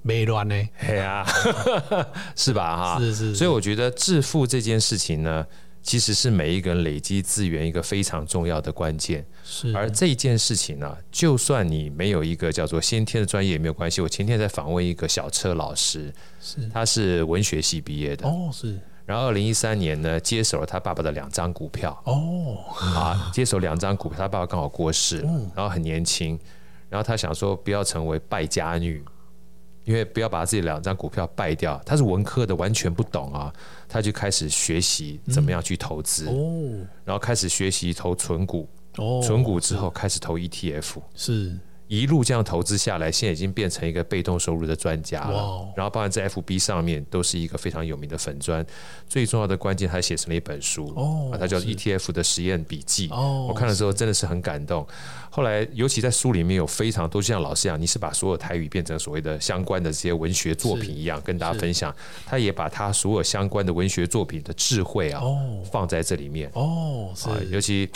没乱呢，
嘿呀、 是吧？哈，
是是，
啊所以
以
我觉得致富这件事情呢，其实是每一个人累积资源一个非常重要的关键。
是
而这件事情呢，就算你没有一个叫做先天的专业也没有关系。我前天在访问一个小车老师，
是
他是文学系毕业的，
哦是
然后二零一三年呢接手了他爸爸的两张股票
哦
啊，接手两张股票，他爸爸刚好过世，
嗯
然后很年轻，然后他想说不要成为败家女。因为不要把自己两张股票败掉，他是文科的，完全不懂啊，他就开始学习怎么样去投资，
哦
然后开始学习投存股，
哦，
存股之后开始投 ETF，
是
一路这样投资下来，现在已经变成一个被动收入的专家
哇
了
哦。
然后包含在 FB 上面都是一个非常有名的粉砖，最重要的关键，他写成了一本书，
哦
啊它叫
是
ETF 的实验笔记。
哦
我看了之后真的是很感动。后来，尤其在书里面有非常多，就像老师讲，你是把所有台语变成所谓的相关的这些文学作品一样，跟大家分享。他也把他所有相关的文学作品的智慧啊，
哦
放在这里面。
哦是
啊，尤其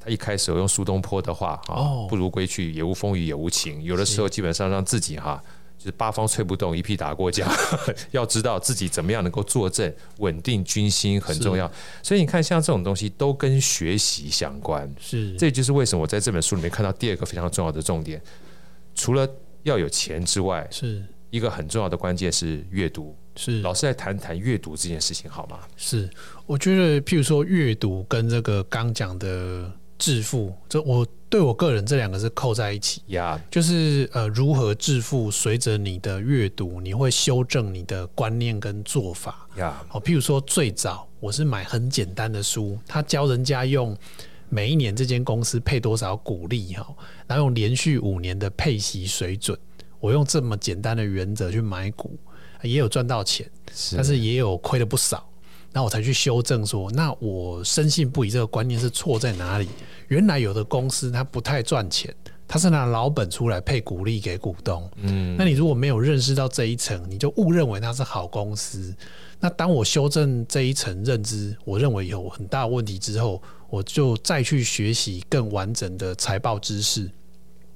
他一开始我用苏东坡的话啊，
哦
不如归去，也无风雨也无晴。有的时候基本上让自己哈、就是八方吹不动，一屁打过江。 要知道自己怎么样能够坐镇，稳定军心很重要。所以你看，像这种东西都跟学习相关，
是
这就是为什么我在这本书里面看到第二个非常重要的重点，除了要有钱之外，
是
一个很重要的关键是阅读。
是
老师来谈谈阅读这件事情好吗？
是，我觉得譬如说阅读跟这个刚讲的致富，这我对我个人这两个是扣在一起。
呀、
就是呃，如何致富，随着你的阅读，你会修正你的观念跟做法。
呀，
哦，譬如说最早我是买很简单的书，他教人家用每一年这间公司配多少股利哈，然后用连续五年的配息水准，我用这么简单的原则去买股，也有赚到钱，
是
但是也有亏了不少。那我才去修正说，那我深信不疑这个观念是错在哪里？原来有的公司它不太赚钱，他是拿老本出来配股利给股东。
嗯，
那你如果没有认识到这一层，你就误认为它是好公司。那当我修正这一层认知，我认为有很大问题之后，我就再去学习更完整的财报知识。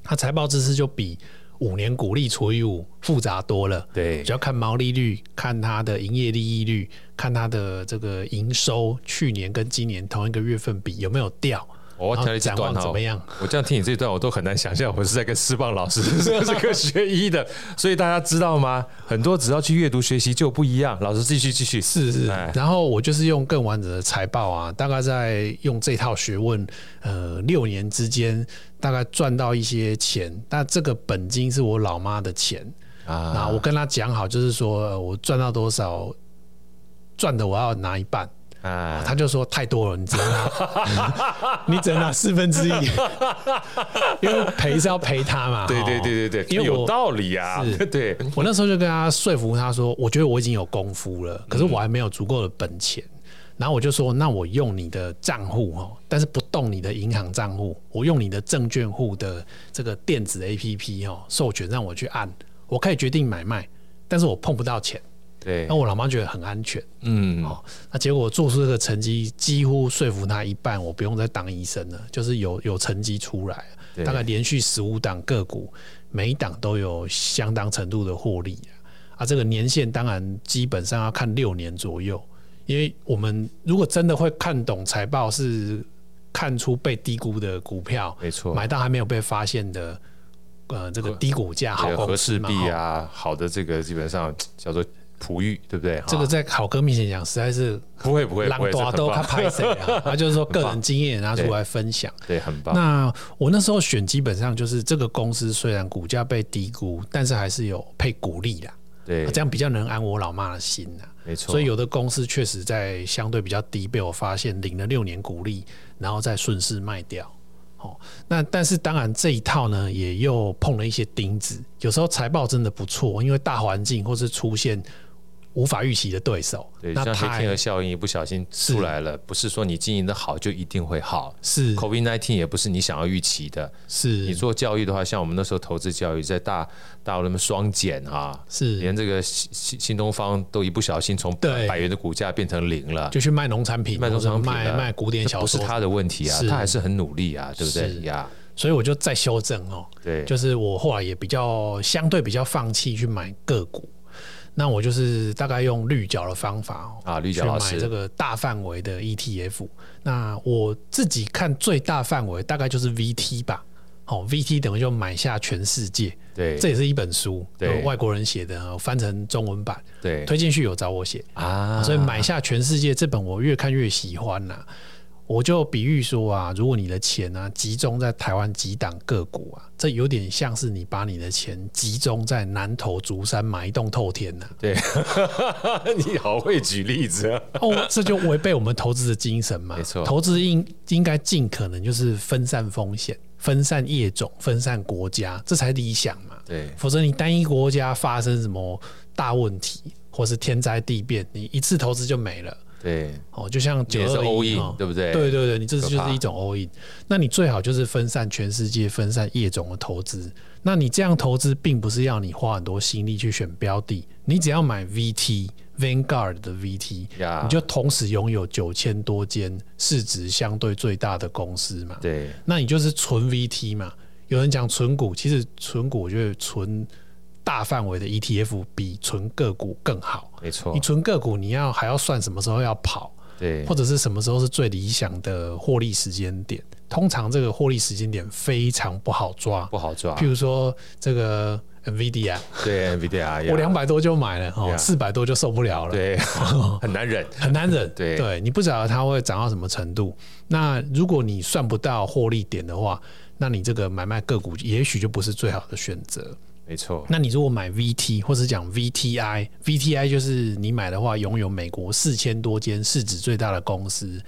它财报知识就比五年股利除以五复杂多了。
对
只，要看毛利率、看它的营业利益率、看它的这个营收，去年跟今年同一个月份比有没有掉，
我
然
要
后
调理这
展
段
望
哈
怎么，样？
我这样听你这一段，我都很难想象我是在跟师棒老 师这是个学医的，所以大家知道吗？很多只要去阅读学习就不一样。老师继续继续，
是是
哎，
然后我就是用更完整的财报啊，大概在用这套学问，呃，六年之间大概赚到一些钱，但这个本金是我老妈的钱，那
啊，
我跟她讲好，就是说呃我赚到多少，赚的我要拿一半，
啊，
他就说太多了，你只能拿， 你只能拿四分之一， 因为赔是要赔他嘛。
对对
哦。
对对对，
因为我
有道理啊，
是
对，
我那时候就跟他说服他说，我觉得我已经有功夫了，可是我还没有足够的本钱。然后我就说，那我用你的账户哦，但是不动你的银行账户，我用你的证券户的这个电子 APP 哦，授权让我去按，我可以决定买卖，但是我碰不到钱。
对
那，我老妈觉得很安全。
嗯，
哦，那结果做出这个成绩，几乎说服他一半，我不用再当医生了，就是有有成绩出来，
对
大概连续十五档个股，每一档都有相当程度的获利啊。啊，这个年限当然基本上要看六年左右，因为我们如果真的会看懂财报，是看出被低估的股票，
没错，
买到还没有被发现的，呃，这个低股价好
对
公
和
司
氏
嘛，
璧
哦
啊，好的这个基本上叫做璞玉，对不对？
这个
哈
在好哥面前讲，实在是
不会不会
狼
不会，这
大
很
都他
棒，
拍谁啊？他就是说个人经验拿出来分享。
对，很棒，
那我那时候选基本上就是这个公司虽然股价被低估，但是还是有配股利啦，
对，
这样比较能安我老妈的心呐、
没错，
所以有的公司确实在相对比较低被我发现，领了六年股利，然后再顺势卖掉。哦，那但是当然这一套呢，也又碰了一些钉子。有时候财报真的不错，因为大环境或是出现无法预期的对手，
对，
那
像黑
它
天鹅效应一不小心出来了，不是说你经营的好就一定会好。
是
COVID nineteen 也不是你想要预期的。你
是
做教育的话，像我们那时候投资教育，在大大陆那么双减啊，
是
连这个新新新东方都一不小心从
对
百元的股价变成零了，
就去卖农产品，
卖农产品
或者
了
卖卖古典
这
小
不是
说，
他的问题啊，
是
他还是很努力啊，对不对
是
呀？
所以我就再修正哦，
对，
就是我后来也比较相对比较放弃去买个股，那我就是大概用绿角的方法哦。
啊，绿
去
角老
买
师
这个大范围的 ETF，那我自己看最大范围大概就是 VT 吧，哦，VT 等于就买下全世界，
对
这也是一本书，
对
呃外国人写的，呃翻成中文版，
对
推荐序有找我写，
啊，
所以买下全世界这本我越看越喜欢啦、我就比喻说啊，如果你的钱啊集中在台湾几档个股啊，这有点像是你把你的钱集中在南投竹山买一栋透天呐、
对， 你好会举例子啊，
哦，这就违背我们投资的精神嘛。
没错
投资应应该尽可能就是分散风险、分散业种、分散国家，这才理想嘛。
对
否则你单一国家发生什么大问题或是天灾地变，你一次投资就没了。
对，
哦，就像
你
九
也是
二
all
一
in，对不对？
对对对，你这
可
就
怕
是一种 all in。那你最好就是分散全世界、分散业种的投资。那你这样投资，并不是要你花很多心力去选标的，你只要买 VT Vanguard 的 VT，
呀
你就同时拥有九千多间市值相对最大的公司嘛。
对
那你就是纯 VT 嘛。有人讲纯股，其实纯股我觉得纯大范围的 ETF 比纯个股更好。
没错
你，纯个股，你要还要算什么时候要跑，
对
或者是什么时候是最理想的获利时间点？通常这个获利时间点非常不好抓，
不好抓
譬。如说这个 NVIDIA，、
对 NVIDIA，呀
我两百多就买了哦，
Yeah
四百多就受不了了。
对很难忍。
很难忍，
对
你不晓得它会涨到什么程度。那如果你算不到获利点的话，那你这个买卖个股也许就不是最好的选择。
没错，
那你如果买 VT 或是讲 VTI，VTI 就是你买的话，拥有美国四千多间市值最大的公司。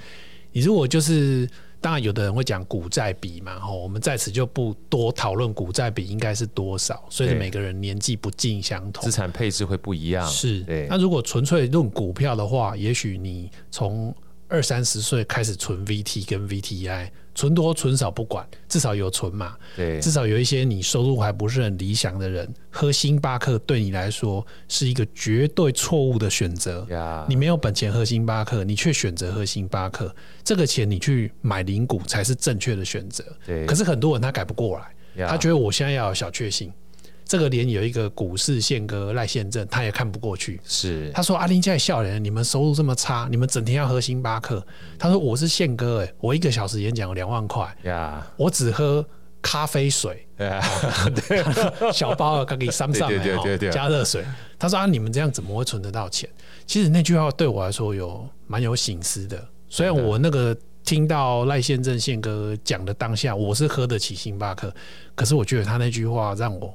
你如果就是，当然有的人会讲股债比嘛，吼，我们在此就不多讨论股债比应该是多少，随着
对
每个人年纪不尽相同
资。产配置会不一样。
是
对，
那如果纯粹论股票的话，也许你从二三十岁开始存 VT 跟 VTI，存多存少不管，至少有存嘛。
对
至少有一些你收入还不是很理想的人，喝星巴克对你来说是一个绝对错误的选择。
呀，
你没有本钱喝星巴克，你却选择喝星巴克，这个钱你去买零股才是正确的选择。
对，啊
可是很多人他改不过来，
呀
他觉得我现在要有小确幸。这个连有一个股市宪哥赖宪正，他也看不过去。
是
他说：“阿林家笑脸，你们收入这么差，你们整天要喝星巴克。”他说：“我是宪哥、欸，我一个小时演讲有两万块，
呀，
我只喝咖啡水，
呀
小包的刚给三上来
对对对对对
哦加热水。”他说：“啊，你们这样怎么会存得到钱？”其实那句话对我来说有蛮有醒思的。虽
嗯
然我那个听到赖宪正宪哥讲的当下，我是喝得起星巴克，可是我觉得他那句话让我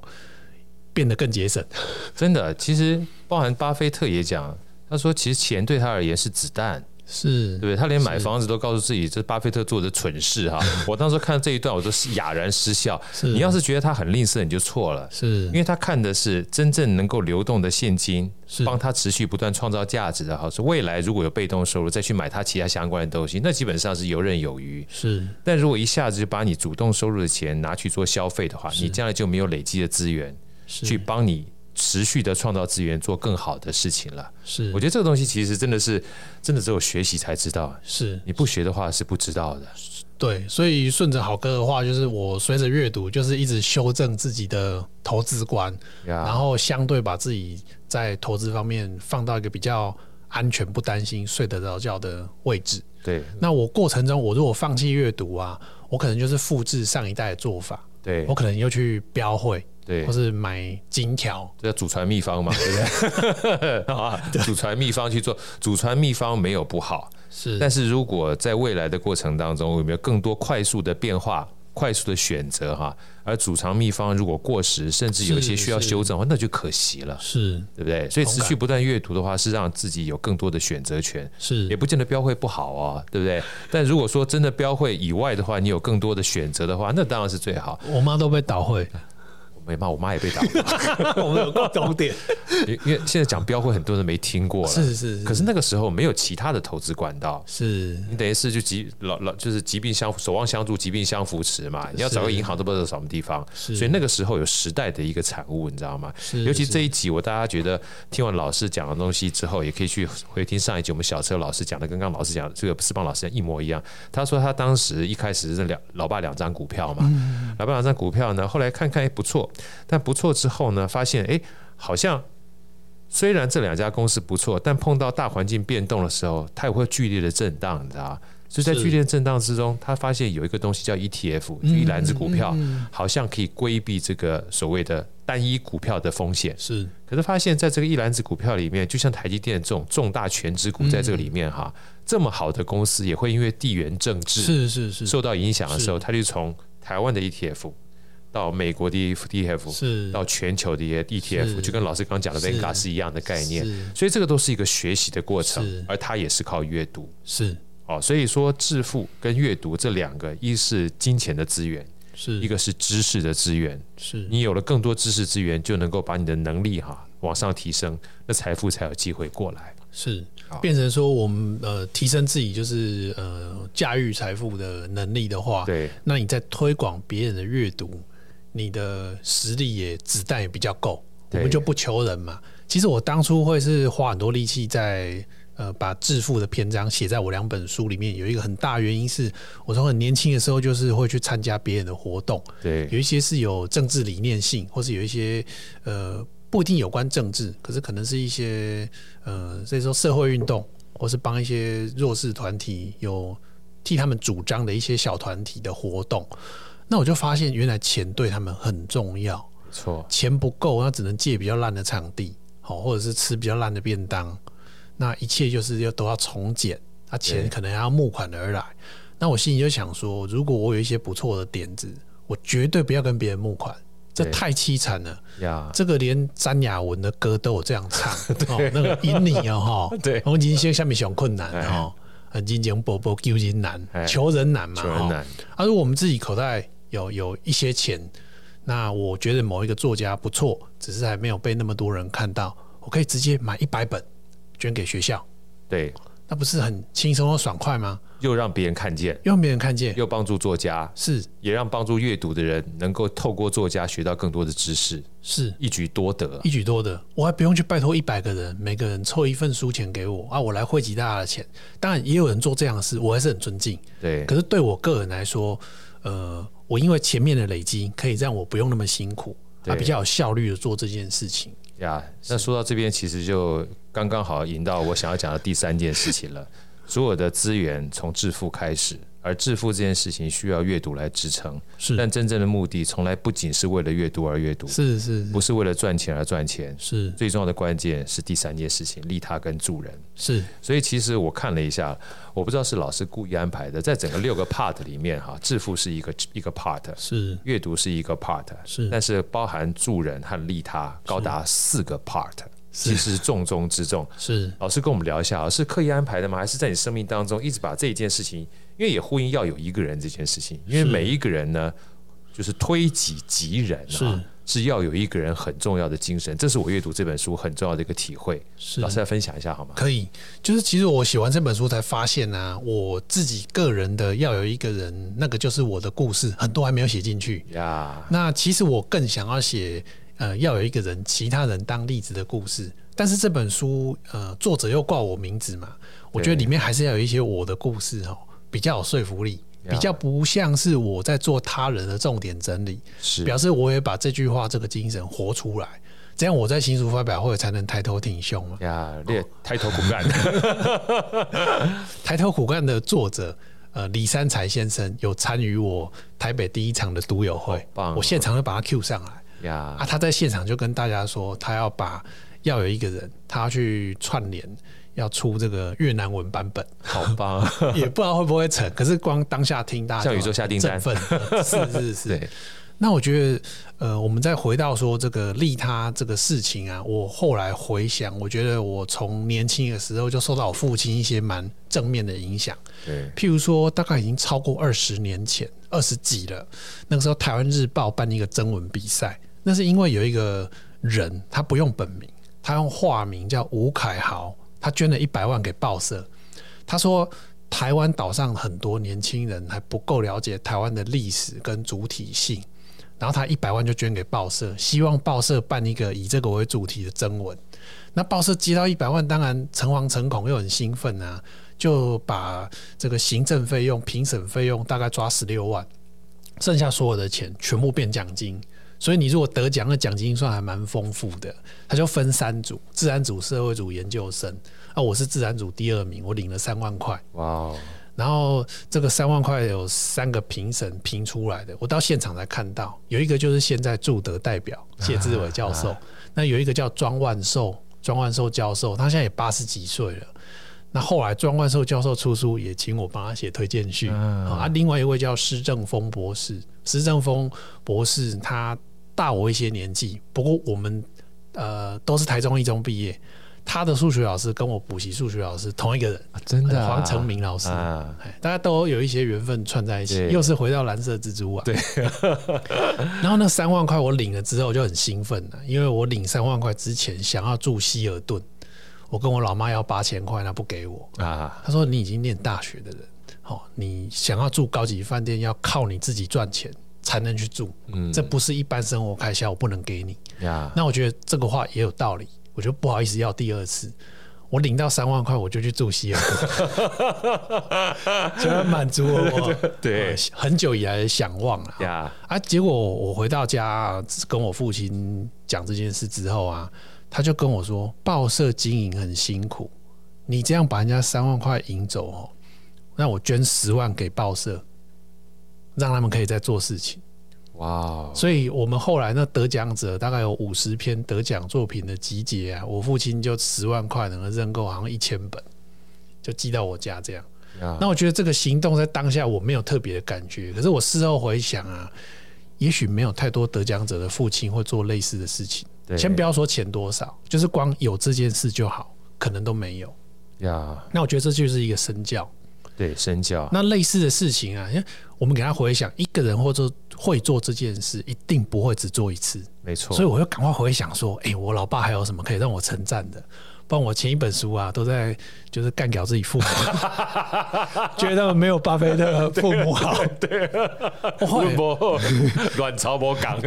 变得更节省。
真的，其实包含巴菲特也讲，他说其实钱对他而言是子弹，
是
对不对？他连买房子都告诉自己这是巴菲特做的蠢事哈。我当时看这一段，我都是哑然失笑。
是
你要是觉得他很吝啬，你就错了。
是
因为他看的是真正能够流动的现金，
是
帮他持续不断创造价值的，好是未来如果有被动收入，再去买他其他相关的东西，那基本上是游刃有余。
是
但如果一下子就把你主动收入的钱拿去做消费的话，你将来就没有累积的资源
是
去帮你持续的创造资源，做更好的事情了。
是
我觉得这个东西其实真的是，真的只有学习才知道，
是
你不学的话是不知道的。
对，所以顺着好哥的话，就是我随着阅读，就是一直修正自己的投资观，然
呀，
后相对把自己在投资方面放到一个比较安全、不担心、睡得着觉的位置。
对
那我过程中，我如果放弃阅读啊，我可能就是复制上一代的做法，
对
我可能又去标会，
对
或，是买金条，
这叫祖传秘方嘛，对不对？ 啊，祖传秘方去做，祖传秘方没有不好，
是
但是如果在未来的过程当中，有没有更多快速的变化、快速的选择哈？而祖传秘方如果过时，甚至有一些需要
是是
修正的话，那就可惜了，
是
对不对？所以持
同
续不断阅读的话，是让自己有更多的选择权。也
是
不见得标会不好啊、对不对？但如果说真的标会以外的话，你有更多的选择的话，那当然是最好。
我妈都被 倒会，
我没骂，我妈也被打，
我们有共同点，
因因为现在讲标会很多人没听过了。
是是
可是那个时候没有其他的投资管道，
是
你等于是就疾老老就是疾病相守望相助，疾病相扶持嘛。你要找个银行都不知道什么地方，
是
所以那个时候有时代的一个产物，你知道吗？
是
尤其这一集，我大家觉得听完老师讲的东西之后，也可以去回听上一集我们小车老师讲的，跟刚刚老师讲的这个四棒老师一模一样。他说他当时一开始是两老爸两张股票嘛，
嗯
老爸两张股票呢，后来看看哎不错，但不错之后呢，发现哎好像。虽然这两家公司不错，但碰到大环境变动的时候，它也会剧烈的震荡，你知道吗？所以在
是嗯
剧烈震荡之中，他发现有一个东西叫 ETF，就一篮子股票，好像可以规避这个所谓的单一股票的风险。
是
可是发现，在这个一篮子股票里面，就像台积电这种重大全值股在这个里面
嗯
哈，这么好的公司也会因为地缘政治
是是是
受到影响的时候，他就从台湾的 ETF 到美国的 ETF
是
到全球的一些 ETF，
是
就跟老师刚刚讲的
是
Vega 是一样的概念。
是
所以这个都是一个学习的过程
是，
而它也是靠阅读。
是
哦，所以说致富跟阅读这两个，一是金钱的资源，
是
一个是知识的资源。
是
你有了更多知识资源，就能够把你的能力哈、往上提升，那财富才有机会过来。
是
好
变成说我们呃提升自己就是呃驾驭财富的能力的话，
对，
那你在推广别人的阅读，你的实力也子弹也比较够，我
对
们就不求人嘛。其实我当初会是花很多力气在呃把致富的篇章写在我两本书里面，有一个很大原因是我从很年轻的时候就是会去参加别人的活动，有
对，
一些是有政治理念性，或是有一些呃不一定有关政治，可是可能是一些呃，所以说社会运动，或是帮一些弱势团体有替他们主张的一些小团体的活动。那我就发现，原来钱对他们很重要。
没错，
钱不够，那只能借比较烂的场地，好，或者是吃比较烂的便当，那一切就是要都要从简，那钱
对
可能还要募款而来。那我心里就想说，如果我有一些不错的点子，我绝对不要跟别人募款，这
对
太凄惨了。
呀，
这个连詹雅文的歌都有这样 唱，哦，那个引你哦，哈，
对
红金线下面想困难哦，呃，金钱宝宝救人难，
哎
求人难嘛，
求人
哦
难，
啊，如果我们自己口袋有有一些钱，那我觉得某一个作家不错，只是还没有被那么多人看到，我可以直接买一百本捐给学校，
对，
那不是很轻松又爽快吗？
又让别人看见，
又没人看见，
又帮助作家，
是
也让帮助阅读的人能够透过作家学到更多的知识，
是
一举多得。
一举多得，我还不用去拜托一百个人，每个人凑一份书钱给我啊，我来汇集大家的钱。当然也有人做这样的事，我还是很尊敬。
对
可，是对我个人来说，呃，我因为前面的累积，可以让我不用那么辛苦，啊，
对
比较有效率的做这件事情。
呀，那说到这边，其实就刚刚好引到我想要讲的第三件事情了。所有的资源从致富开始，而致富这件事情需要阅读来支撑。
是
但真正的目的从来不仅是为了阅读而阅读，
是是
不是为了赚钱而赚钱。
是
最重要的关键是第三件事情，利他跟助人。
是
所以其实我看了一下，我不知道是老师故意安排的，在整个六个 part 里面哈，致富是一个一个 part，
是
阅读是一个 part，
是
但是包含助人和利他高达四个 part，其实是重中之重。
是
老师跟我们聊一下啊，是刻意安排的吗？还是在你生命当中一直把这一件事情，因为也呼应要有一个人这件事情，因为每一个人呢，就是推己及人啊，是要有一个人很重要的精神，这是我阅读这本书很重要的一个体会。
是
老师来分享一下好吗？
可以，就是其实我写完这本书才发现啊，我自己个人的要有一个人，那个就是我的故事，很多还没有写进去。
呀，
那其实我更想要写，呃，要有一个人，其他人当例子的故事。但是这本书，呃，作者又挂我名字嘛，我觉得
对
里面还是要有一些我的故事哦，比较有说服力，
呀
比较不像是我在做他人的重点整理，
是
表示我也把这句话这个精神活出来，这样我在新书发表会才能抬头挺胸嘛。
呀，列抬头苦干，
抬头苦干的作者，呃，李三才先生有参与我台北第一场的读友会，
棒哦
我现场就把他 Q 上来
呀
啊，他在现场就跟大家说，他要把要有一个人，他要去串联，要出这个越南文版 本，
好棒，
也不知道会不会成，可是光当下听大家
向宇宙下订单
很振 奋，是是是，
对，
那我觉得，呃，我们再回到说这个利他这个事情啊，我后来回想，我觉得我从年轻的时候就受到我父亲一些蛮正面的影响。
对，
譬如说，大概已经超过二十年前，二十几了。那个时候，《台湾日报》办一个征文比赛，那是因为有一个人他不用本名，他用化名叫吴凯豪，他捐了一百万给报社。他说，台湾岛上很多年轻人还不够了解台湾的历史跟主体性，然后他一百万就捐给报社，希望报社办一个以这个为主题的征文。那报社接到一百万，当然诚惶诚恐又很兴奋啊，就把这个行政费用、评审费用大概抓十六万，剩下所有的钱全部变奖金。所以你如果得奖，那奖金算还蛮丰富的。他就分三组：自然组、社会组、研究生。啊，我是自然组第二名，我领了三万块。
哇哦，
然后这个三万块有三个评审评出来的，我到现场才看到，有一个就是现在驻德代表
啊
谢志伟教授，那有一个叫庄万寿，庄万寿教授，他现在也八十几岁了。那后来庄万寿教授出书，也请我帮他写推荐序啊。啊另外一位叫施正峰博士，施正峰博士他大我一些年纪，不过我们呃都是台中一中毕业，他的数学老师跟我补习数学老师同一个人。
啊真的啊，
黄成明老师，
啊，
哎，大家都有一些缘分串在一起，
对
又是回到蓝色蜘蛛网。对，然后那三万块我领了之后就很兴奋了，因为我领三万块之前想要住希尔顿，我跟我老妈要八千块，她不给我，
啊，
她说你已经念大学的人，哦，你想要住高级饭店要靠你自己赚钱才能去住，
嗯
这不是一般生活开销，我不能给你。
呀，
那我觉得这个话也有道理，我就不好意思要第二次。我领到三万块，我就去住希尔顿，就要满足了我
对
呃很久以来的想望了。
呀，
啊，结果我回到家跟我父亲讲这件事之后啊，他就跟我说，报社经营很辛苦，你这样把人家三万块赢走哦，那我捐十万给报社，让他们可以再做事情。
哇哦，
所以我们后来那得奖者大概有五十篇得奖作品的集结啊，我父亲就十万块能够认购，好像一千本，就寄到我家这样。
呀
那我觉得这个行动在当下我没有特别的感觉，可是我事后回想啊，也许没有太多得奖者的父亲会做类似的事情。
对
先不要说钱多少，就是光有这件事就好，可能都没有。
呀，
那我觉得这就是一个身教，
对身教，
那类似的事情啊，因为我们给他回想，一个人或者会做这件事，一定不会只做一次，
没错，
所以我就赶快回想说，哎、我老爸还有什么可以让我称赞的？不然我前一本书啊，都在就是干掉自己父母，觉得他们没有巴菲特父母好。对， 我后来
我 卵巢我港，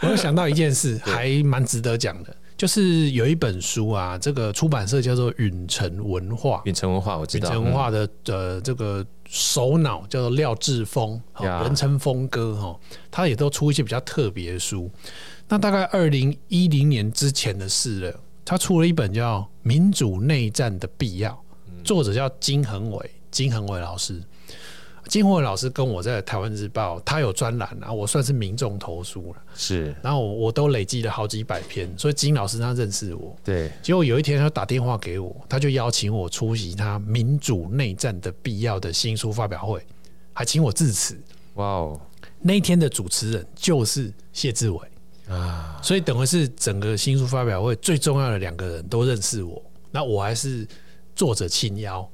我又想到一件事，还蛮值得讲的，就是有一本书啊，这个出版社叫做允城文化，
远程文化我知
秉
道，嗯
承文化的呃这个首脑叫做廖志峰，哦
呀
人称峰哥哈，哦他也都出一些比较特别的书。那大概二零一零年之前的事了，他出了一本叫《民主内战的必要》，
嗯
作者叫金恒伟，金恒伟老师。金恒伟老师跟我在台湾日报，他有专栏啊，我算是民众投诉了
嗯，是
然后我我都累积了好几百篇，所以金老师他认识我，
对，
结果有一天，他打电话给我，他就邀请我出席他民主内战的必要的新书发表会，还请我致辞。
哇哦
那一天的主持人就是谢志伟，
啊，
所以等于是整个新书发表会最重要的两个人都认识我，那我还是作者亲邀，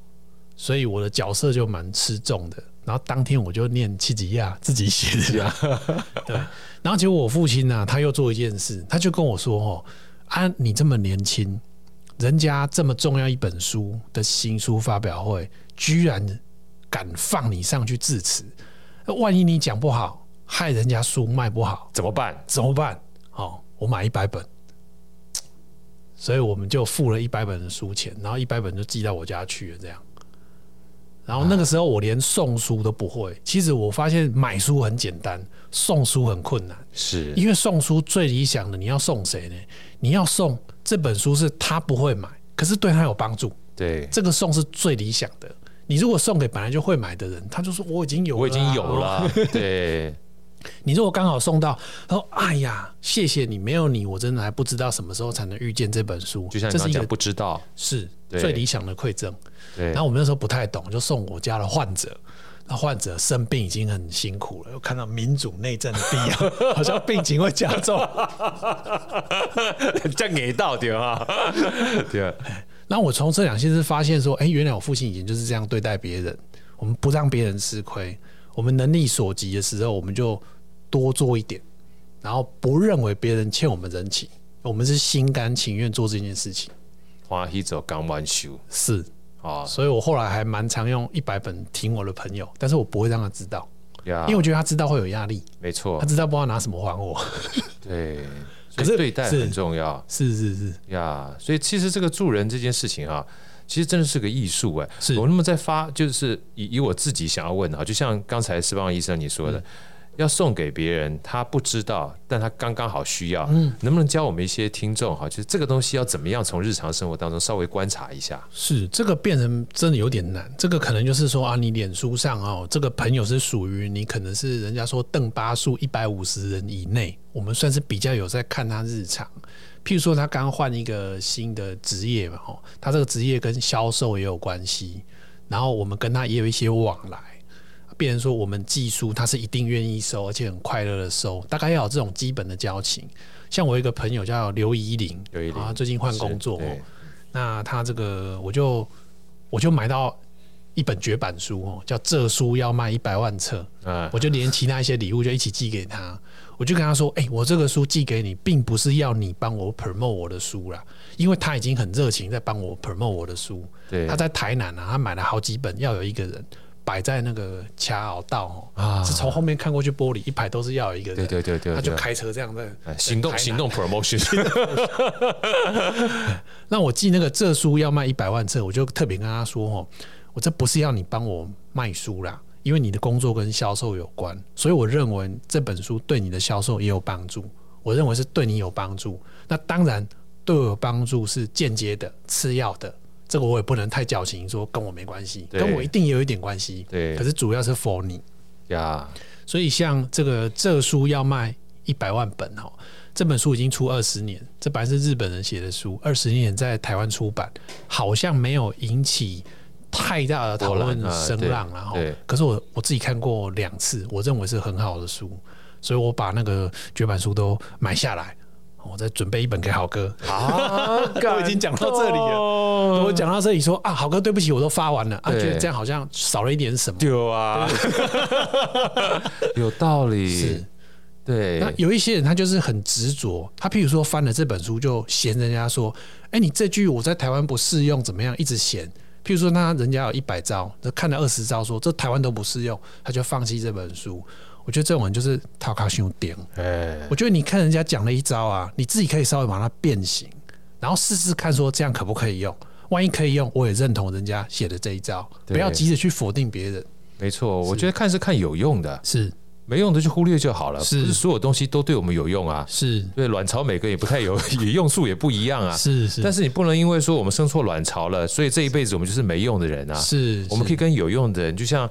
所以我的角色就蛮吃重的。然后当天我就念七吉亚自己写的， 对。然后结果我父亲呢、他又做一件事，他就跟我说：“哦，啊，你这么年轻，人家这么重要一本书的新书发表会，居然敢放你上去致辞，万一你讲不好，害人家书卖不好，
怎么办？
怎么办？哦，我买一百本，所以我们就付了一百本的书钱，然后一百本就寄到我家去了，这样。然后那个时候我连送书都不会，其实我发现买书很简单，送书很困难，
是
因为送书最理想的你要送谁呢？你要送这本书是他不会买，可是对他有帮助，
对，
这个送是最理想的。你如果送给本来就会买的人，他就说我已经有了啊，
我已经有了， 对，
你如果刚好送到，他说：“哎呀，谢谢你，没有你，我真的还不知道什么时候才能遇见这本书。”
就像你刚
这是
刚
一
讲，
个
不知道，
是
对
最理想的馈赠。
对
然，后我们那时候不太懂，就送我家的患者。那患者生病已经很辛苦了，又看到民主内政的必要， 好像病情会加重。
这样给到对啊， 对啊，
然后我从这两件事发现说，哎、原来我父亲以前就是这样对待别人，我们不让别人吃亏，我们能力所及的时候，我们就多做一点，然后不认为别人欠我们人情，我们是心甘情愿做这件事情。
欢喜走港湾修
是，
啊，
所以我后来还蛮常用一百本挺我的朋友，但是我不会让他知道，
呀
因为，我觉得他知道会有压力，
没错
他，知道不知道拿什么还我。
对，
可
可
是
是对待
是
很重要
是是是，
呀，所以其实这个助人这件事情啊。其实真的是个艺术哎、
是
我那么在发，就是以以我自己想要问的啊，就像刚才施邦医生你
嗯
说的，要送给别人，他不知道，但他刚刚好需要，
嗯
能不能教我们一些听众啊哈，就是这个东西要怎么样从日常生活当中稍微观察一下？
是这个变成真的有点难，这个可能就是说啊，你脸书上哦，这个朋友是属于你，可能是人家说邓巴数一百五十人以内，我们算是比较有在看他日常。譬如说他刚换一个新的职业嘛，哦，他这个职业跟销售也有关系，然后我们跟他也有一些往来，变成说我们寄书他是一定愿意收，而且很快乐的收，大概要有这种基本的交情。像我有一个朋友叫刘怡玲，
刘怡玲
啊，最近换工
是
作、哦
对，
那他这个我就我就买到一本绝版书哦，叫《这书要卖一百万册》，
嗯，
我就连其他一些礼物就一起寄给他。我就跟他说：“哎、我这个书寄给你，并不是要你帮我 promote 我的书啦，因为他已经很热情在帮我 promote 我的书。
对，
他在台南啊，他买了好几本，要有一个人摆在那个卡鳌道哦，
啊
是从后面看过去玻璃一排都是要有一个人，
对对对对，
他就
对
开车这样在
哎行
台
动
南
行 动 promotion，
那我寄那个这书要卖一百万册，我就特别跟他说哦，我这不是要你帮我卖书啦，因为你的工作跟销售有关，所以我认为这本书对你的销售也有帮助，我认为是对你有帮助。那当然对我有帮助是间接的、次要的，这个我也不能太矫情，说跟我没关系，
对
跟我一定也有一点关系，
对
可是主要是 for 你。
呀，
所以像这个这书要卖一百万本哦，这本书已经出二十年，这本来是日本人写的书，二十年在台湾出版，好像没有引起太大的讨论
波澜啊
声浪然后
对对，
可是我我自己看过两次，我认为是很好的书，所以我把那个绝版书都买下来。我再准备一本给好哥。
啊，
都已经讲到这里了
了
我讲到这里说啊，好哥，对不起，我都发完了啊，
嗯对
觉得这样好像少了一点什么。
丢啊， 有道理，
是
对
那有一些人他就是很执着，他譬如说翻了这本书就嫌人家说，哎、你这句我在台湾不适用，怎么样？一直嫌。譬如说，那人家有一百招，那看了二十招说这台湾都不适用，他就放弃这本书。我觉得这种人就是套卡修点。
哎，
我觉得你看人家讲了一招啊，你自己可以稍微把它变形，然后试试看说这样可不可以用。万一可以用，我也认同人家写的这一招，
对
不要急着去否定别人。
没错，我觉得看是看有用的，
是
没用的就忽略就好了，
是
不是所有东西都对我们有用啊。
是
对，卵巢每个也不太有， 也用处也不一样啊。
是是，
但
是
是你不能因为说我们生错卵巢了，所以这一辈子我们就是没用的人啊。
是
我们可以跟有用的人，就像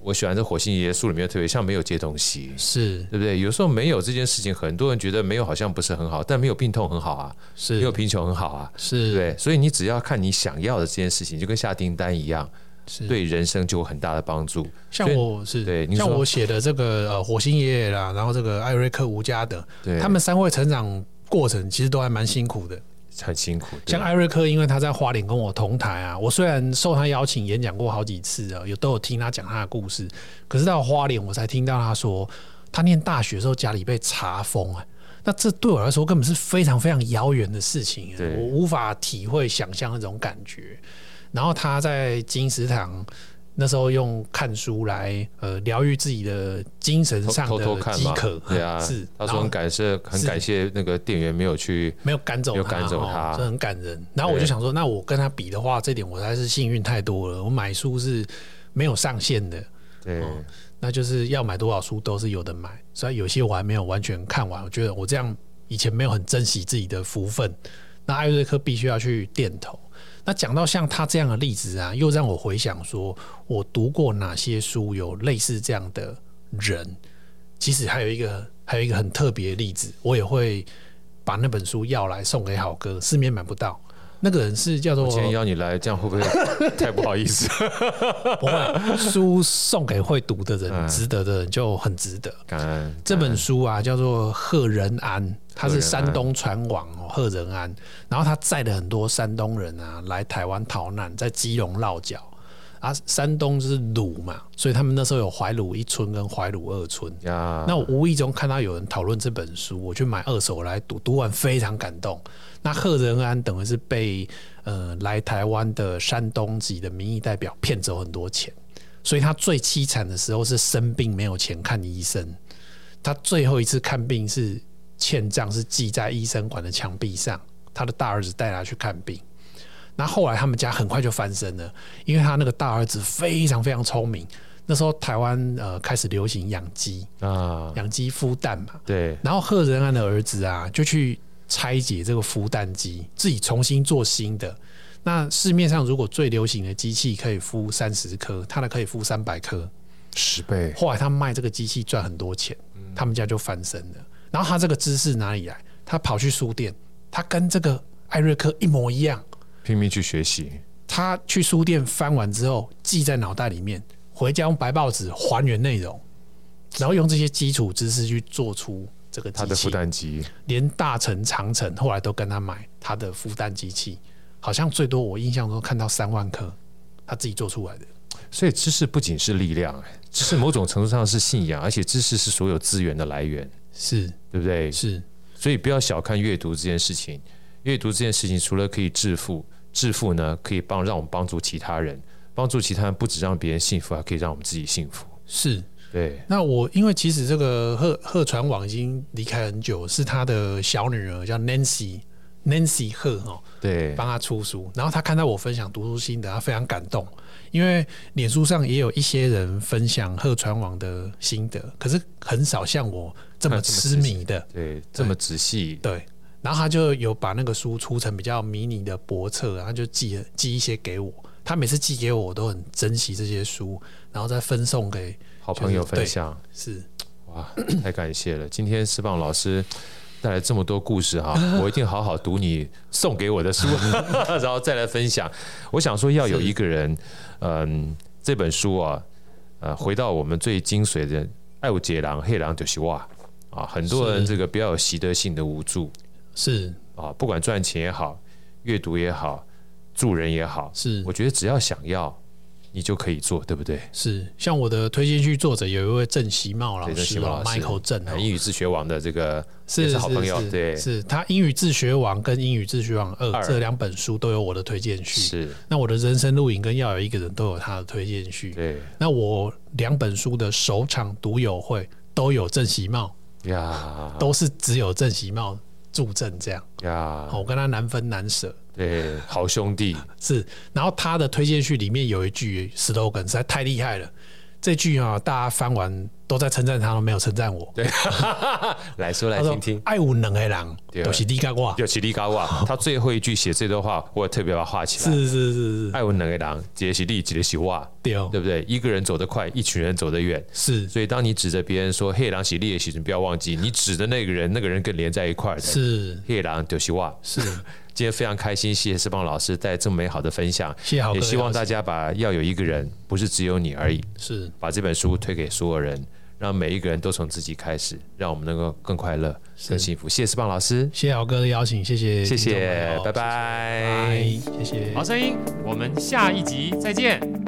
我喜欢这《火星爷爷》书里面特别像没有这些东西，
是
对不对？有时候没有这件事情，很多人觉得没有好像不是很好，但没有病痛很好啊，
是
没有贫穷很好啊，对
是
不对？所以你只要看你想要的这件事情，就跟下订单一样，
是，
对人生就有很大的帮助。
像
所以
我是
对你
像
说
我写的这个呃火星爷爷啦，然后这个艾瑞克吴加德，
对，
他们三位成长过程其实都还蛮辛苦的。
很辛苦，对
像艾瑞克，因为他在花莲跟我同台啊，我虽然受他邀请演讲过好几次啊，有都有听他讲他的故事，可是到花莲我才听到他说，他念大学的时候家里被查封啊。那这对我来说根本是非常非常遥远的事情啊、
对
我无法体会、想象那种感觉。然后他在金石堂那时候用看书来呃疗愈自己的精神上
偷
的
偷看
饥
嘛
渴，，
对啊，
是。
他
然
说
后
很感谢，很
是
感谢那个店员没有去，
没有赶走
没
他，
有赶走他
哦这很感人。然后我
对
就想说，那我跟他比的话，这点我还是幸运太多了。我买书是没有上限的，
对，
哦那就是要买多少书都是有的买，所以有些我还没有完全看完。我觉得我这样以前没有很珍惜自己的福分，那艾瑞克必须要去点头。那讲到像他这样的例子啊，又让我回想说，我读过哪些书有类似这样的人。其实还有一个还有一个很特别的例子，我也会把那本书要来送给好哥，市面买不到。那个人是叫做
我今天邀你来，这样会不 会太不好意思？
不会书送给会读的 人，
嗯
值得的人就很值得。
感恩
这本书啊，叫做贺仁安，他
贺
是
仁安
山东船王哦，贺仁安。然后他载了很多山东人啊，来台湾逃难，在基隆落脚。啊，山东就是鲁嘛，所以他们那时候有怀鲁一村跟怀鲁二村。
呀，
那我无意中看到有人讨论这本书，我去买二手来读，读完非常感动。那贺仁安等于是被呃来台湾的山东籍的民意代表骗走很多钱，所以他最凄惨的时候是生病没有钱看医生，他最后一次看病是欠账是记在医生馆的墙壁上，他的大儿子带他去看病。那后来他们家很快就翻身了，因为他那个大儿子非常非常聪明。那时候台湾呃开始流行养鸡，
啊，
养鸡孵蛋嘛。
对，
然后贺仁安的儿子啊，就去拆解这个孵蛋机，自己重新做新的。那市面上如果最流行的机器可以孵三十颗，他的可以孵三百颗。
十倍，
后来他卖这个机器赚很多钱，他们家就翻身了。然后他这个知识哪里来？他跑去书店，他跟这个艾瑞克一模一样。
拼命去学习，
他去书店翻完之后，记在脑袋里面，回家用白报纸还原内容，然后用这些基础知识去做出这个
他
机
的
器
负。担机，
连大成、长城后来都跟他买他的孵蛋机器，好像最多我印象中看到三万颗，他自己做出来的。
所以知识不仅是力量，哎知识某种程度上是信仰，而且知识是所有资源的来源，
是
对不对？
是
所以不要小看阅读这件事情。阅读这件事情，除了可以致富，致富呢可以帮让我们帮助其他人，帮助其他人不止让别人幸福，还可以让我们自己幸福。
是。
对，
那我因为其实这个贺贺传网已经离开很久，是他的小女儿叫 Nancy Nancy 贺哦，
对，
帮他出书，然后他看到我分享读书心得，他非常感动，因为脸书上也有一些人分享贺传网的心得，可是很少像我 这么
看这么
痴
仔
迷的。
对，这么仔细，
对，然后他就有把那个书出成比较迷你的薄册，然后就寄了寄一些给我。他每次寄给我，我都很珍惜这些书，然后再分送给
好朋友
就是
分享，
是
哇，太感谢了！今天释放老师带来这么多故事哈，我一定好好读你送给我的书， 然后再来分享。我想说，要有一个人，嗯，这本书啊，呃，回到我们最精髓的“爱有解狼，黑狼就是哇”啊，很多人
是
这个比较有习得性的无助，
是
啊，不管赚钱也好，阅读也好，助人也好，
是
我觉得只要想要，你就可以做，对不对？
是，像我的推荐序作者有一位郑习茂老
对郑习
师
茂
哦
老师
，Michael 郑哦
呃，英语自学网的这个也
是
是好朋友
是
对
是他英语自学网跟英语自学网二
二
这两本书都有我的推荐序。
是，
那我的人生录影跟要有一个人都有他的推荐序。
对
那我两本书的首场读友会都有郑习茂，
呀，
都是只有郑习茂助阵这样。哦
呀
好，，我跟他难分难舍。
对，好兄弟，
是，然后他的推荐序里面有一句 slogan 实在太厉害了，这句啊，大家翻完都在称赞他，都没有称赞我。
对， 来说来
他说
听听：“。
爱无能的人
对
都是你跟我。
有奇力高啊，他最后一句写这段话，我也特别把它画”起来。
是是是是，
爱我两个狼，杰西力，杰西哇，
对哦，
对不对？一个人走得快，一群人走得远。
是
所以，当你指着别人说“黑狼喜力的喜”，你不要忘记，你指的那个人，那个人更连在一块儿的。
是
黑狼丢西哇，
是，
今天非常开心，谢谢世邦老师带这么美好的分享，
谢谢豪哥
也希望
邀请
大家把要有一个人，不是只有你而已，
是
把这本书推给所有人，让每一个人都从自己开始，让我们能够更快乐、更幸福。谢谢世邦老师，
谢谢豪哥的邀请，谢
谢
谢听众朋
谢
友，
拜
拜
拜。
谢谢。
好声音，我们下一集再见。